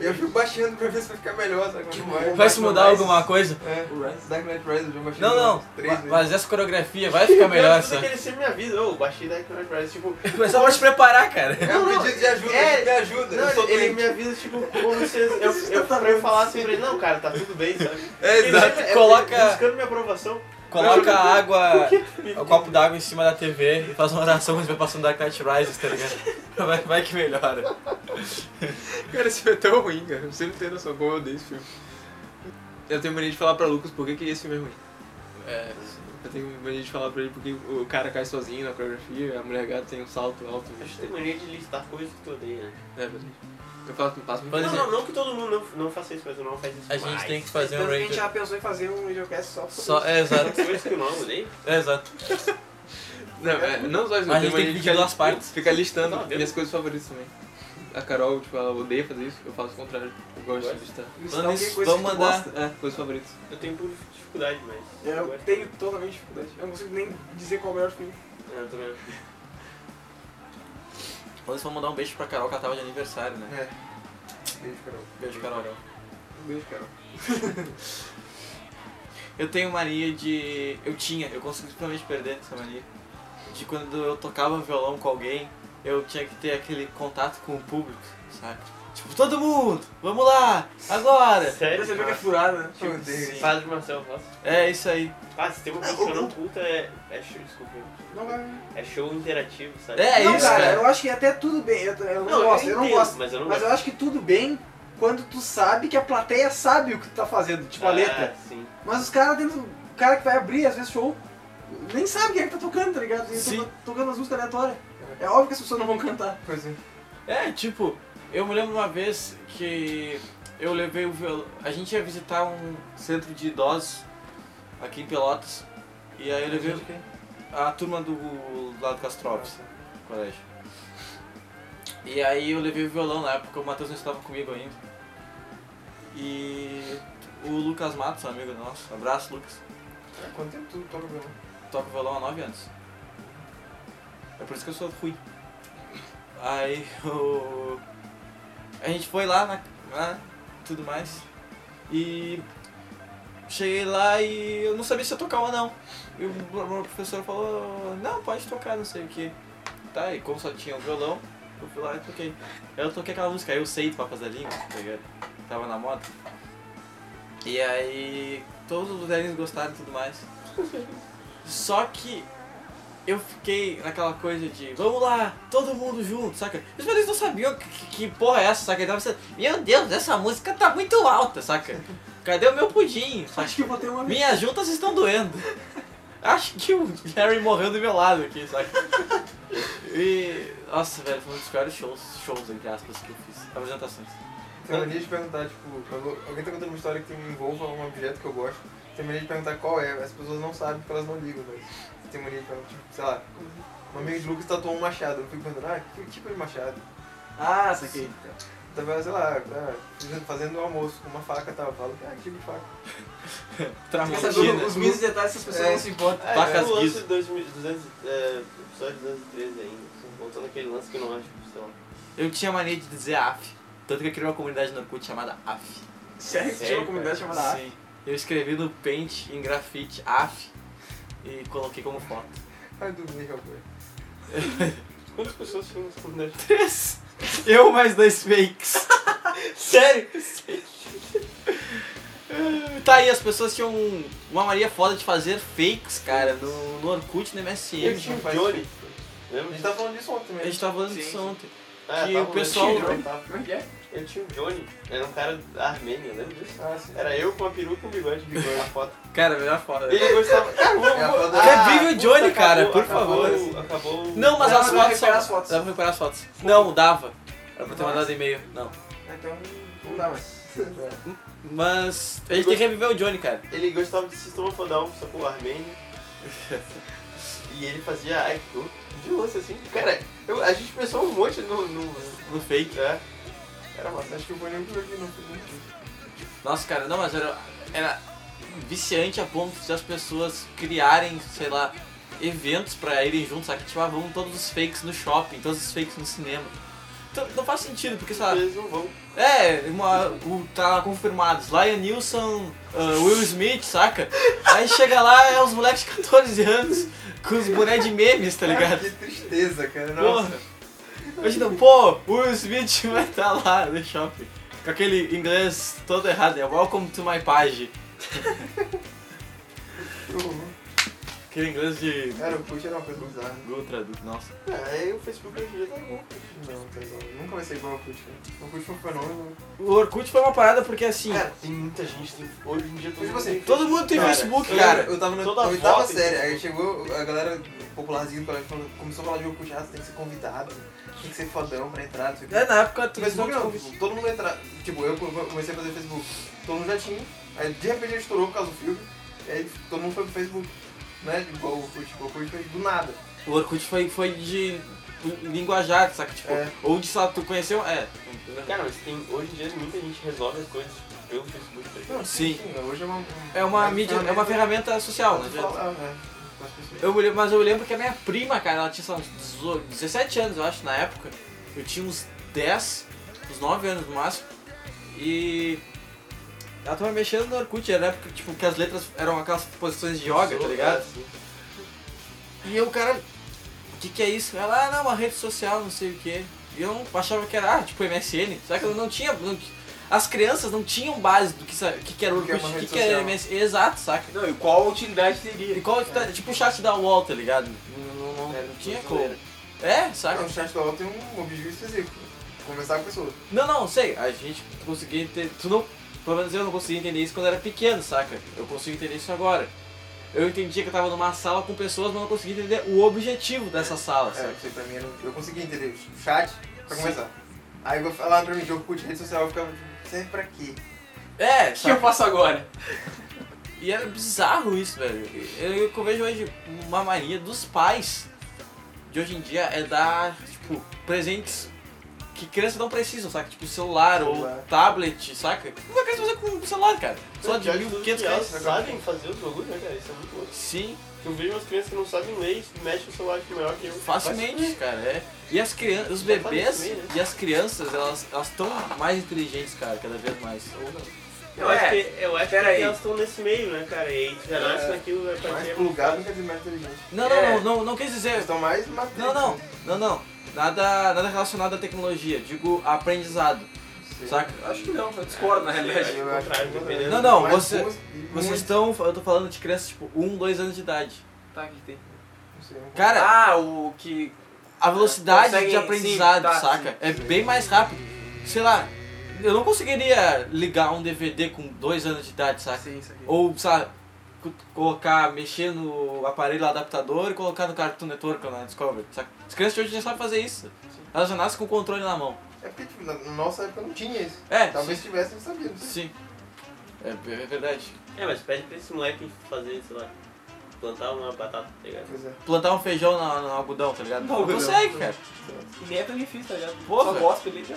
B: E eu fico baixando pra ver se vai ficar melhor, sabe? Mas não
C: Vai se mudar alguma coisa?
B: É,
I: O Rise.
B: Dark Knight Rises eu já baixei
C: Não, não.
B: umas três
C: Mas-
B: vezes.
C: Mas essa coreografia vai ficar melhor,
A: Tudo que
C: sabe?
A: ele sempre me avisa, ô, baixei Dark Knight Rises, tipo...
C: Mas só pra te preparar, cara.
B: É um pedido de ajuda,
A: é,
B: me ajuda. eu sou
A: Não, ele
B: doente.
A: me avisa, tipo, como se eu, eu,
B: tá
A: eu, pra eu
B: assim.
A: falasse pra ele, não, cara, tá tudo bem, sabe?
B: É,
A: Ele
B: exato.
A: sempre- é,
C: Coloca-
A: Buscando minha aprovação.
C: Coloca a água,
A: Me-
C: o copo d'água em cima da TV e faz uma oração quando vai passando Dark Knight Rises, tá ligado? Vai, vai que melhora.
J: Cara, esse filme é tão ruim, cara. Você não tem noção como eu odeio esse filme. Eu tenho mania de falar pra Lucas por que, que esse filme é ruim.
C: É.
J: Eu tenho mania de falar pra ele porque o cara cai sozinho na coreografia, a mulher gata tem um salto alto.
A: Acho que tem mania de listar coisas que tu odeia, né?
J: É, verdade. Eu faço, passo
C: Por
J: muito.
A: Não,
C: exemplo,
A: não, não que todo mundo não, não faça isso, mas eu não faço isso
C: a gente
A: mais.
C: tem que fazer um
J: Então,
I: Tanto que a gente
C: ranger.
I: já pensou em fazer um videocast só sobre
C: Só, é, exato.
A: Coisas que eu não odeio.
C: É, exato.
J: Não, é, não só isso,
C: A
J: eu tenho
C: gente tem que
J: mania de
C: dividir duas partes.
J: Fica listando
A: Não,
J: minhas coisas favoritas também. A Carol, tipo, ela odeia fazer isso, eu faço o contrário. Eu gosto de listar.
I: isso.
C: Manda
I: Alguma
C: isso,
I: coisa
C: vamos
I: que tu
C: mandar.
J: É, coisas favoritas.
A: Eu tenho por dificuldade, mas...
I: É, Eu tenho totalmente dificuldade. Eu não consigo nem dizer qual é o melhor filme.
A: É, eu também.
C: Vamos só mandar um beijo pra Carol que ela tava de aniversário, né?
B: Beijo, Carol.
C: Beijo, Carol.
I: Um
B: Beijo, Carol.
C: Eu tenho mania de. Eu tinha, eu consegui simplesmente perder essa mania. De quando eu tocava violão com alguém, eu tinha que ter aquele contato com o público, sabe? Tipo, todo mundo, vamos lá, agora!
A: Sério?
I: Você viu que é
A: Nossa. Tipo,
I: furado, né?
B: Eu odeio
C: sim.
B: isso.
A: Padre Marcelo Rossi.
C: É isso aí.
A: Ah, se tem uma coisa que eu não curto é, é show, desculpa.
I: Não vai.
A: É show interativo, sabe?
C: É
I: não,
C: isso,
I: cara,
C: cara.
I: eu acho que até tudo bem. Eu, eu não, gosto, eu não
A: entendo,
I: gosto.
A: Mas eu não
I: Mas eu
A: gosto.
I: acho que tudo bem quando tu sabe que a plateia sabe o que tu tá fazendo, tipo a letra.
A: Ah, sim.
I: Mas os caras dentro. O cara que vai abrir, às vezes, show, nem sabe quem é que tá tocando, tá ligado? E
C: Sim.
I: to- tocando as músicas aleatórias. É óbvio que as pessoas não vão cantar.
B: Pois é.
C: É, tipo, eu me lembro uma vez que eu levei o violão. A gente ia visitar um centro de idosos aqui em Pelotas. E aí eu levei
B: Uhum.
C: a turma do lado Castrópolis, colégio. E aí eu levei o violão na época, o Matheus não estava comigo ainda. E o Lucas Matos, um amigo nosso, abraço Lucas,
B: Quanto tempo tu toca violão?
C: toca violão há 9 anos. É por isso que eu sou ruim. Aí o. A gente foi lá, na, lá, tudo mais. E cheguei lá e eu não sabia se eu tocava ou não. E o meu professor falou, não, pode tocar, não sei o que. Tá, e como só tinha o violão, eu fui lá e toquei. Eu toquei aquela música, eu sei Papas da Língua, tá ligado? Tava na moto. E aí todos os velhinhos gostaram e tudo mais. Só que eu fiquei naquela coisa de vamos lá, todo mundo junto, saca? Os meus não sabiam que, que- que porra é essa, saca? Ele tava pensando, meu Deus, essa música tá muito alta, saca? Cadê o meu pudim? saca?
I: Acho que eu botei uma vez.
C: Minhas juntas estão doendo. Acho que o Jerry morreu do meu lado aqui, saca? E. Nossa, velho, foi um dos piores shows, shows entre aspas, que eu fiz. Apresentações.
B: Tenho mania de perguntar, tipo, quando alguém tá contando uma história que me envolva um objeto que eu gosto, tem mania de perguntar qual é. As pessoas não sabem porque elas não ligam, mas tem mania de perguntar, tipo, sei lá, um amigo de Lucas tatuou um machado. Eu fico perguntando, ah, que tipo de machado?
I: Ah, saquei.
B: Tava, sei lá, ah, fazendo um almoço com uma faca e tal. Eu falo, ah, que tipo de faca?
I: Quer saber os mínimos detalhes que as pessoas
B: É.
I: não se importam.
A: É,
C: Facas
A: é o lance
C: guias.
A: de 2000, 200, é, episódio 213 ainda. assim, Voltando aquele lance que não acho, sei lá.
C: Eu tinha mania de dizer AF. Tanto que eu criei uma comunidade no Orkut chamada AF.
I: Sério? Tinha uma comunidade chamada Af.
C: Sim. Eu escrevi no Paint em grafite AF e coloquei como foto.
B: Ah, eu duvidei qual foi.
A: Quantas pessoas tinham nessa comunidade?
C: Três. Eu mais dois fakes. Sério? tá aí, as pessoas tinham um, uma mania foda de fazer fakes, cara, no, no Orkut, no
A: Eu
C: MSN.
A: tinha um
B: faz
A: Johnny. Lembra?
B: A gente
I: tá
B: tava falando disso ontem
C: A
B: mesmo.
C: gente tava falando
I: Sim,
C: disso
I: sim.
C: ontem.
A: Ah, tava
C: que o
A: falando
C: pessoal-
A: de Johnny, tava.
I: Como é que é?
A: Eu tinha um Johnny, era um cara da Armênia, lembra disso?
B: Ah, sim.
A: Era eu com a peruca e o bigode, bigode na foto.
C: Cara, melhor foda.
A: Ele gostava.
B: É a
A: Caramba!
B: foto
C: Ah, Revive o Johnny,
A: Puta,
C: cara,
A: acabou-
C: por favor.
A: Acabou, acabou.
C: Não, mas
I: Dá
C: as
I: pra
C: fotos.
I: recuperar
C: só-
I: as fotos.
C: Dá pra recuperar as fotos. Não, dava. Era pra ter
B: Nossa.
C: mandado e-mail. Não.
B: Então, não dá mais.
C: Mas a gente tem que reviver o Johnny, cara.
A: Ele gostava de System of a Down, sacou? Armênio. e ele fazia Aikido de lance assim. Cara, eu- a gente pensou um monte no. no
C: No fake.
A: é. Era
B: Nossa,
A: massa.
B: acho que eu vou nem um jogo não. foi muito.
C: Nossa, cara, não, mas era, era viciante a ponto de as pessoas criarem, sei lá, eventos pra irem juntos, sabe? Tipo, ah, vamos todos os fakes no shopping, todos os fakes no cinema. Então, não faz sentido, porque, sei lá,
A: Eles não vão.
C: é, uma, o, tá lá confirmados, Lion Nilson, ah, Will Smith, saca? Aí chega lá, é os moleques de 14 anos, com os boné de memes, tá
B: Ah,
C: ligado?
B: Que tristeza, cara. Nossa.
C: Porra! Imagina, pô, o Will Smith vai estar lá no shopping. Com aquele inglês todo errado, é Welcome to my page. Aquele inglês de
B: Cara, o Push era uma coisa bizarra. né?
C: Google Tradutor, nossa.
A: É, Aí o Facebook hoje em dia tá bom.
B: Não, tá bom. Nunca vai ser igual ao Kut, cara. O Kut foi um fenômeno.
C: O Orkut foi uma parada porque assim,
A: Cara, tem muita gente. tem- Hoje em dia todo
B: Tipo
A: mundo
B: assim,
A: tem
C: todo mundo tem
A: Cara,
C: Facebook,
B: É.
A: eu-
C: cara.
B: eu tava na
A: toda
B: oitava
A: foto-
B: série, aí chegou a galera popularzinha do colégio falando, começou a falar de Orkut, ah, você tem que ser convidado, tem que ser fodão pra entrar, não sei o
C: É,
B: que.
C: na época tu
B: Facebook não, tipo, todo mundo entra. Tipo, eu comecei a fazer Facebook, todo mundo já tinha, aí de repente estourou por causa do filme, e aí todo mundo foi pro Facebook, né? Igual o Orkut, o Orkut foi do nada.
C: O Orkut foi, foi de linguajar, saca? Tipo,
B: É.
C: ou de sei lá, tu conheceu. É.
A: né? Cara, mas tem, hoje em dia muita gente resolve as coisas pelo Facebook. tá ligado?
B: Não,
C: Sim.
B: hoje é uma.
C: É uma mídia, é uma ferramenta social, né? gente?
B: Falar, né? com as pessoas.
C: Eu me lembro- mas eu lembro que a minha prima, cara, ela tinha sei lá, uns 18, 17 anos, eu acho, na época. Eu tinha uns 10, uns 9 anos no máximo. E ela tava mexendo no Orkut, era na época tipo, que as letras eram aquelas posições de yoga, tá ligado? E eu, cara, o que que é isso? Ela, ah, não, uma rede social, não sei o que. E eu não achava que era, ah, tipo, MSN. Só que eu não tinha... não- as crianças não tinham base do que, sa- que, que era
B: Do que é
C: Orkut,
B: uma
C: o que,
B: rede
C: que era
B: social.
C: MSN. Exato, saca?
I: Não, e qual a utilidade
C: E
I: teria?
C: qual é que tá, tipo o chat da UOL, tá ligado? Não, não,
B: É,
C: não, não tinha como. É,
B: Ah, Não,
C: saca?
B: o chat da UOL tem um objetivo específico. Conversar com a pessoa.
C: Não, não, sei. A gente conseguia entender. Tu não. Pelo menos eu não conseguia entender isso quando era pequeno, saca? Eu consigo entender isso agora. Eu entendia que eu tava numa sala com pessoas, mas não conseguia entender o objetivo dessa sala,
B: É,
C: saca?
B: não sei, pra mim eu, não- eu consegui entender o chat pra começar. Aí eu vou falar pra mim, jogo curte rede social, eu ficava tipo, serve pra quê?
C: É,
I: O que eu
C: saca?
I: faço agora?
C: E era bizarro isso, velho. Eu, eu, que eu vejo hoje uma mania dos pais de hoje em dia é dar, tipo, presentes que crianças não precisam, saca? Tipo celular, ou
B: Celular.
C: tablet, saca? Como é que criança usa com um celular, cara? Só de
A: Pior tudo que
C: 1.500
A: elas
C: reais.
A: sabem fazer os bagulhos, né, cara? Isso é muito louco.
C: Sim,
A: Eu vejo umas crianças que não sabem ler e mexem o celular que é maior que eu.
C: facilmente, cara. É. E as crianças, os
A: Já tá
C: bebês
A: nesse meio, né?
C: e as crianças, elas elas estão mais inteligentes, cara, cada vez mais.
A: Eu
I: É,
A: acho que, eu acho que
I: pera aí.
A: elas estão nesse meio, né, cara? E aí tu já nasce
B: É,
A: naquilo, é pra
B: Mais
A: ser.
B: plugado não quer dizer mais inteligente.
C: Não, não,
I: É.
C: não, não, não quer dizer.
B: Eles estão mais né? matriz.
C: Não, não, não, não. Nada, nada relacionado à tecnologia, digo aprendizado, saca?
I: Acho que não, eu discordo na realidade.
B: Eu acho
A: Contrário,
B: que-
A: dependendo.
C: Não, não,
B: Mais
C: você-
B: música e
C: Vocês
B: muito-
C: estão, eu tô falando um, de crianças tipo 1, 2 anos de idade.
I: Tá, o que que tem?
B: sei.
C: Cara,
I: Ah, o que.
C: a velocidade
I: Consegue-
C: de aprendizado,
I: sim, tá,
C: saca?
I: sim,
C: é bem mais rápido. Sei lá, eu não conseguiria ligar um DVD com dois anos de idade, saca?
I: Sim, isso aqui.
C: Ou, sabe, co- colocar, mexer no aparelho adaptador e colocar no Cartoon Network ou na Discovery, saca? As crianças de hoje já sabem fazer isso. Elas já nascem com o controle na mão.
B: É porque, tipo, na na nossa época não tinha isso.
C: É,
B: Talvez tivesse, não sabia. não sei.
C: sim. É, é verdade.
A: É, mas pede pra esse moleque fazer, sei lá, plantar uma batata, tá ligado?
B: Pois é.
C: Plantar um feijão na- no, algodão, tá ligado?
I: No
C: Não
I: algodão.
C: consegue, cara.
I: E nem é tão difícil, tá ligado?
C: Porra.
I: Só né? gosta ele já.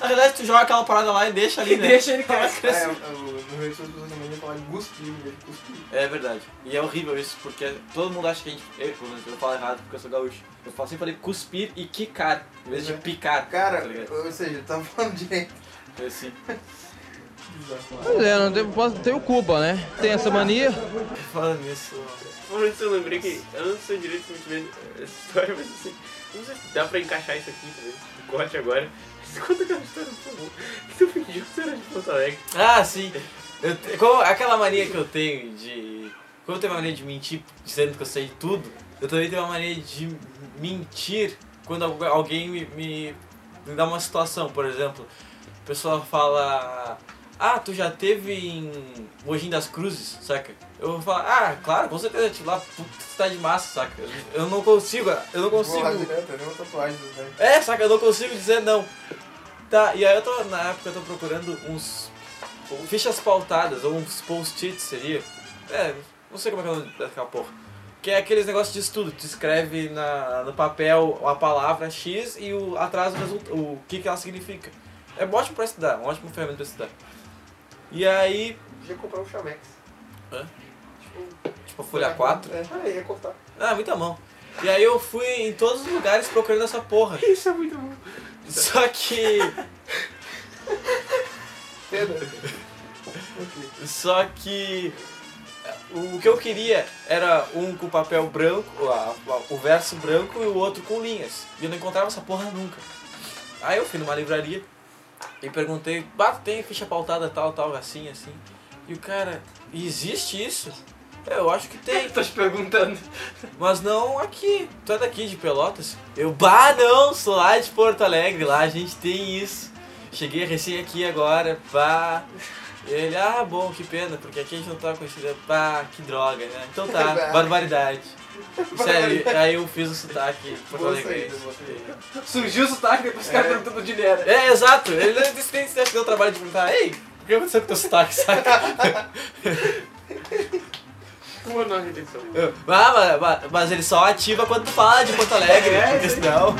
C: Na verdade, tu joga aquela parada lá e deixa ali,
I: E
C: né?
I: deixa ele cair.
B: Ah, é, o- o- no Rio de Janeiro, as pessoas também iam falar cuspir, né? Cuspir.
C: É verdade. E é horrível isso, porque todo mundo acha que a gente. Eu, pelo menos, eu falo errado porque eu sou gaúcho. Eu falo- sempre falei cuspir e quicar, em vez de picar.
B: Cara,
C: tá ligado?
B: ou seja, eu tava falando direito.
C: É assim.
E: Pois é, não tem, posso, tenho culpa, né? Tem essa mania.
C: Falando nisso.
A: Por isso eu lembrei que eu não sei direito muito bem essa história, mas assim, não sei se dá pra encaixar isso aqui, tá ligado? O corte agora. Mas conta aquela história, por favor. Que tu fingiu que tu era de Porto Alegre.
C: Ah, sim. Eu te- como- aquela mania que eu tenho de. Como eu tenho uma mania de mentir dizendo que eu sei tudo, eu também tenho uma mania de mentir quando algu- alguém me, me, me dá uma situação. Por exemplo, a pessoa fala. Ah, tu já teve em Mojim das Cruzes, saca? Eu vou falar, ah, claro, com certeza, tipo, lá, puta cidade massa, saca? Eu não consigo, eu não consigo.
B: Porra, direta, né? Uma tatuagem do velho.
C: É, saca? Eu não consigo dizer não. Tá, e aí eu tô, na época, eu tô procurando uns fichas pautadas, ou uns post-its seria. É, não sei como é que é o nome daquela porra. Que é aqueles negócios de estudo, tu escreve na, no papel a palavra X e o, atrás o, resulta, o que, que ela significa. É ótimo pra estudar, um ótimo ferramenta pra estudar. E aí,
B: Podia comprar um Chamex.
C: Hã?
B: Tipo,
C: tipo, folha 4,
B: É, ah, ia cortar.
C: Ah, muita mão. E aí eu fui em todos os lugares procurando essa porra. Isso é muito bom. Só que. Só que. O que eu queria era um com papel branco, a- a- o verso branco e o outro com linhas. E eu não encontrava essa porra nunca. Aí eu fui numa livraria e perguntei, bato, tem ficha pautada tal, tal, assim, assim. E o cara, existe isso? "É, Eu acho que tem.
I: Tô Tá te perguntando.
C: Mas não aqui. Tu é daqui de Pelotas? Eu, bah, não, sou lá de Porto Alegre, lá a gente tem isso. Cheguei recém aqui agora, pá. E ele, ah, bom, que pena, porque aqui a gente não tá conhecida, pá, que droga, né? Então tá, barbaridade. Sério, aí eu fiz o sotaque porto
B: Boa
C: alegre.
B: saída, boa saída.
I: Surgiu o sotaque, depois os caras perguntando onde ele era.
C: É, exato, ele não disse nem se deu o um trabalho de perguntar, ei, o que aconteceu com teu sotaque, saca?
A: Pô, não, retenção.
C: Eu, ah, mas, mas ele só ativa quando tu fala de Porto Alegre, porque senão.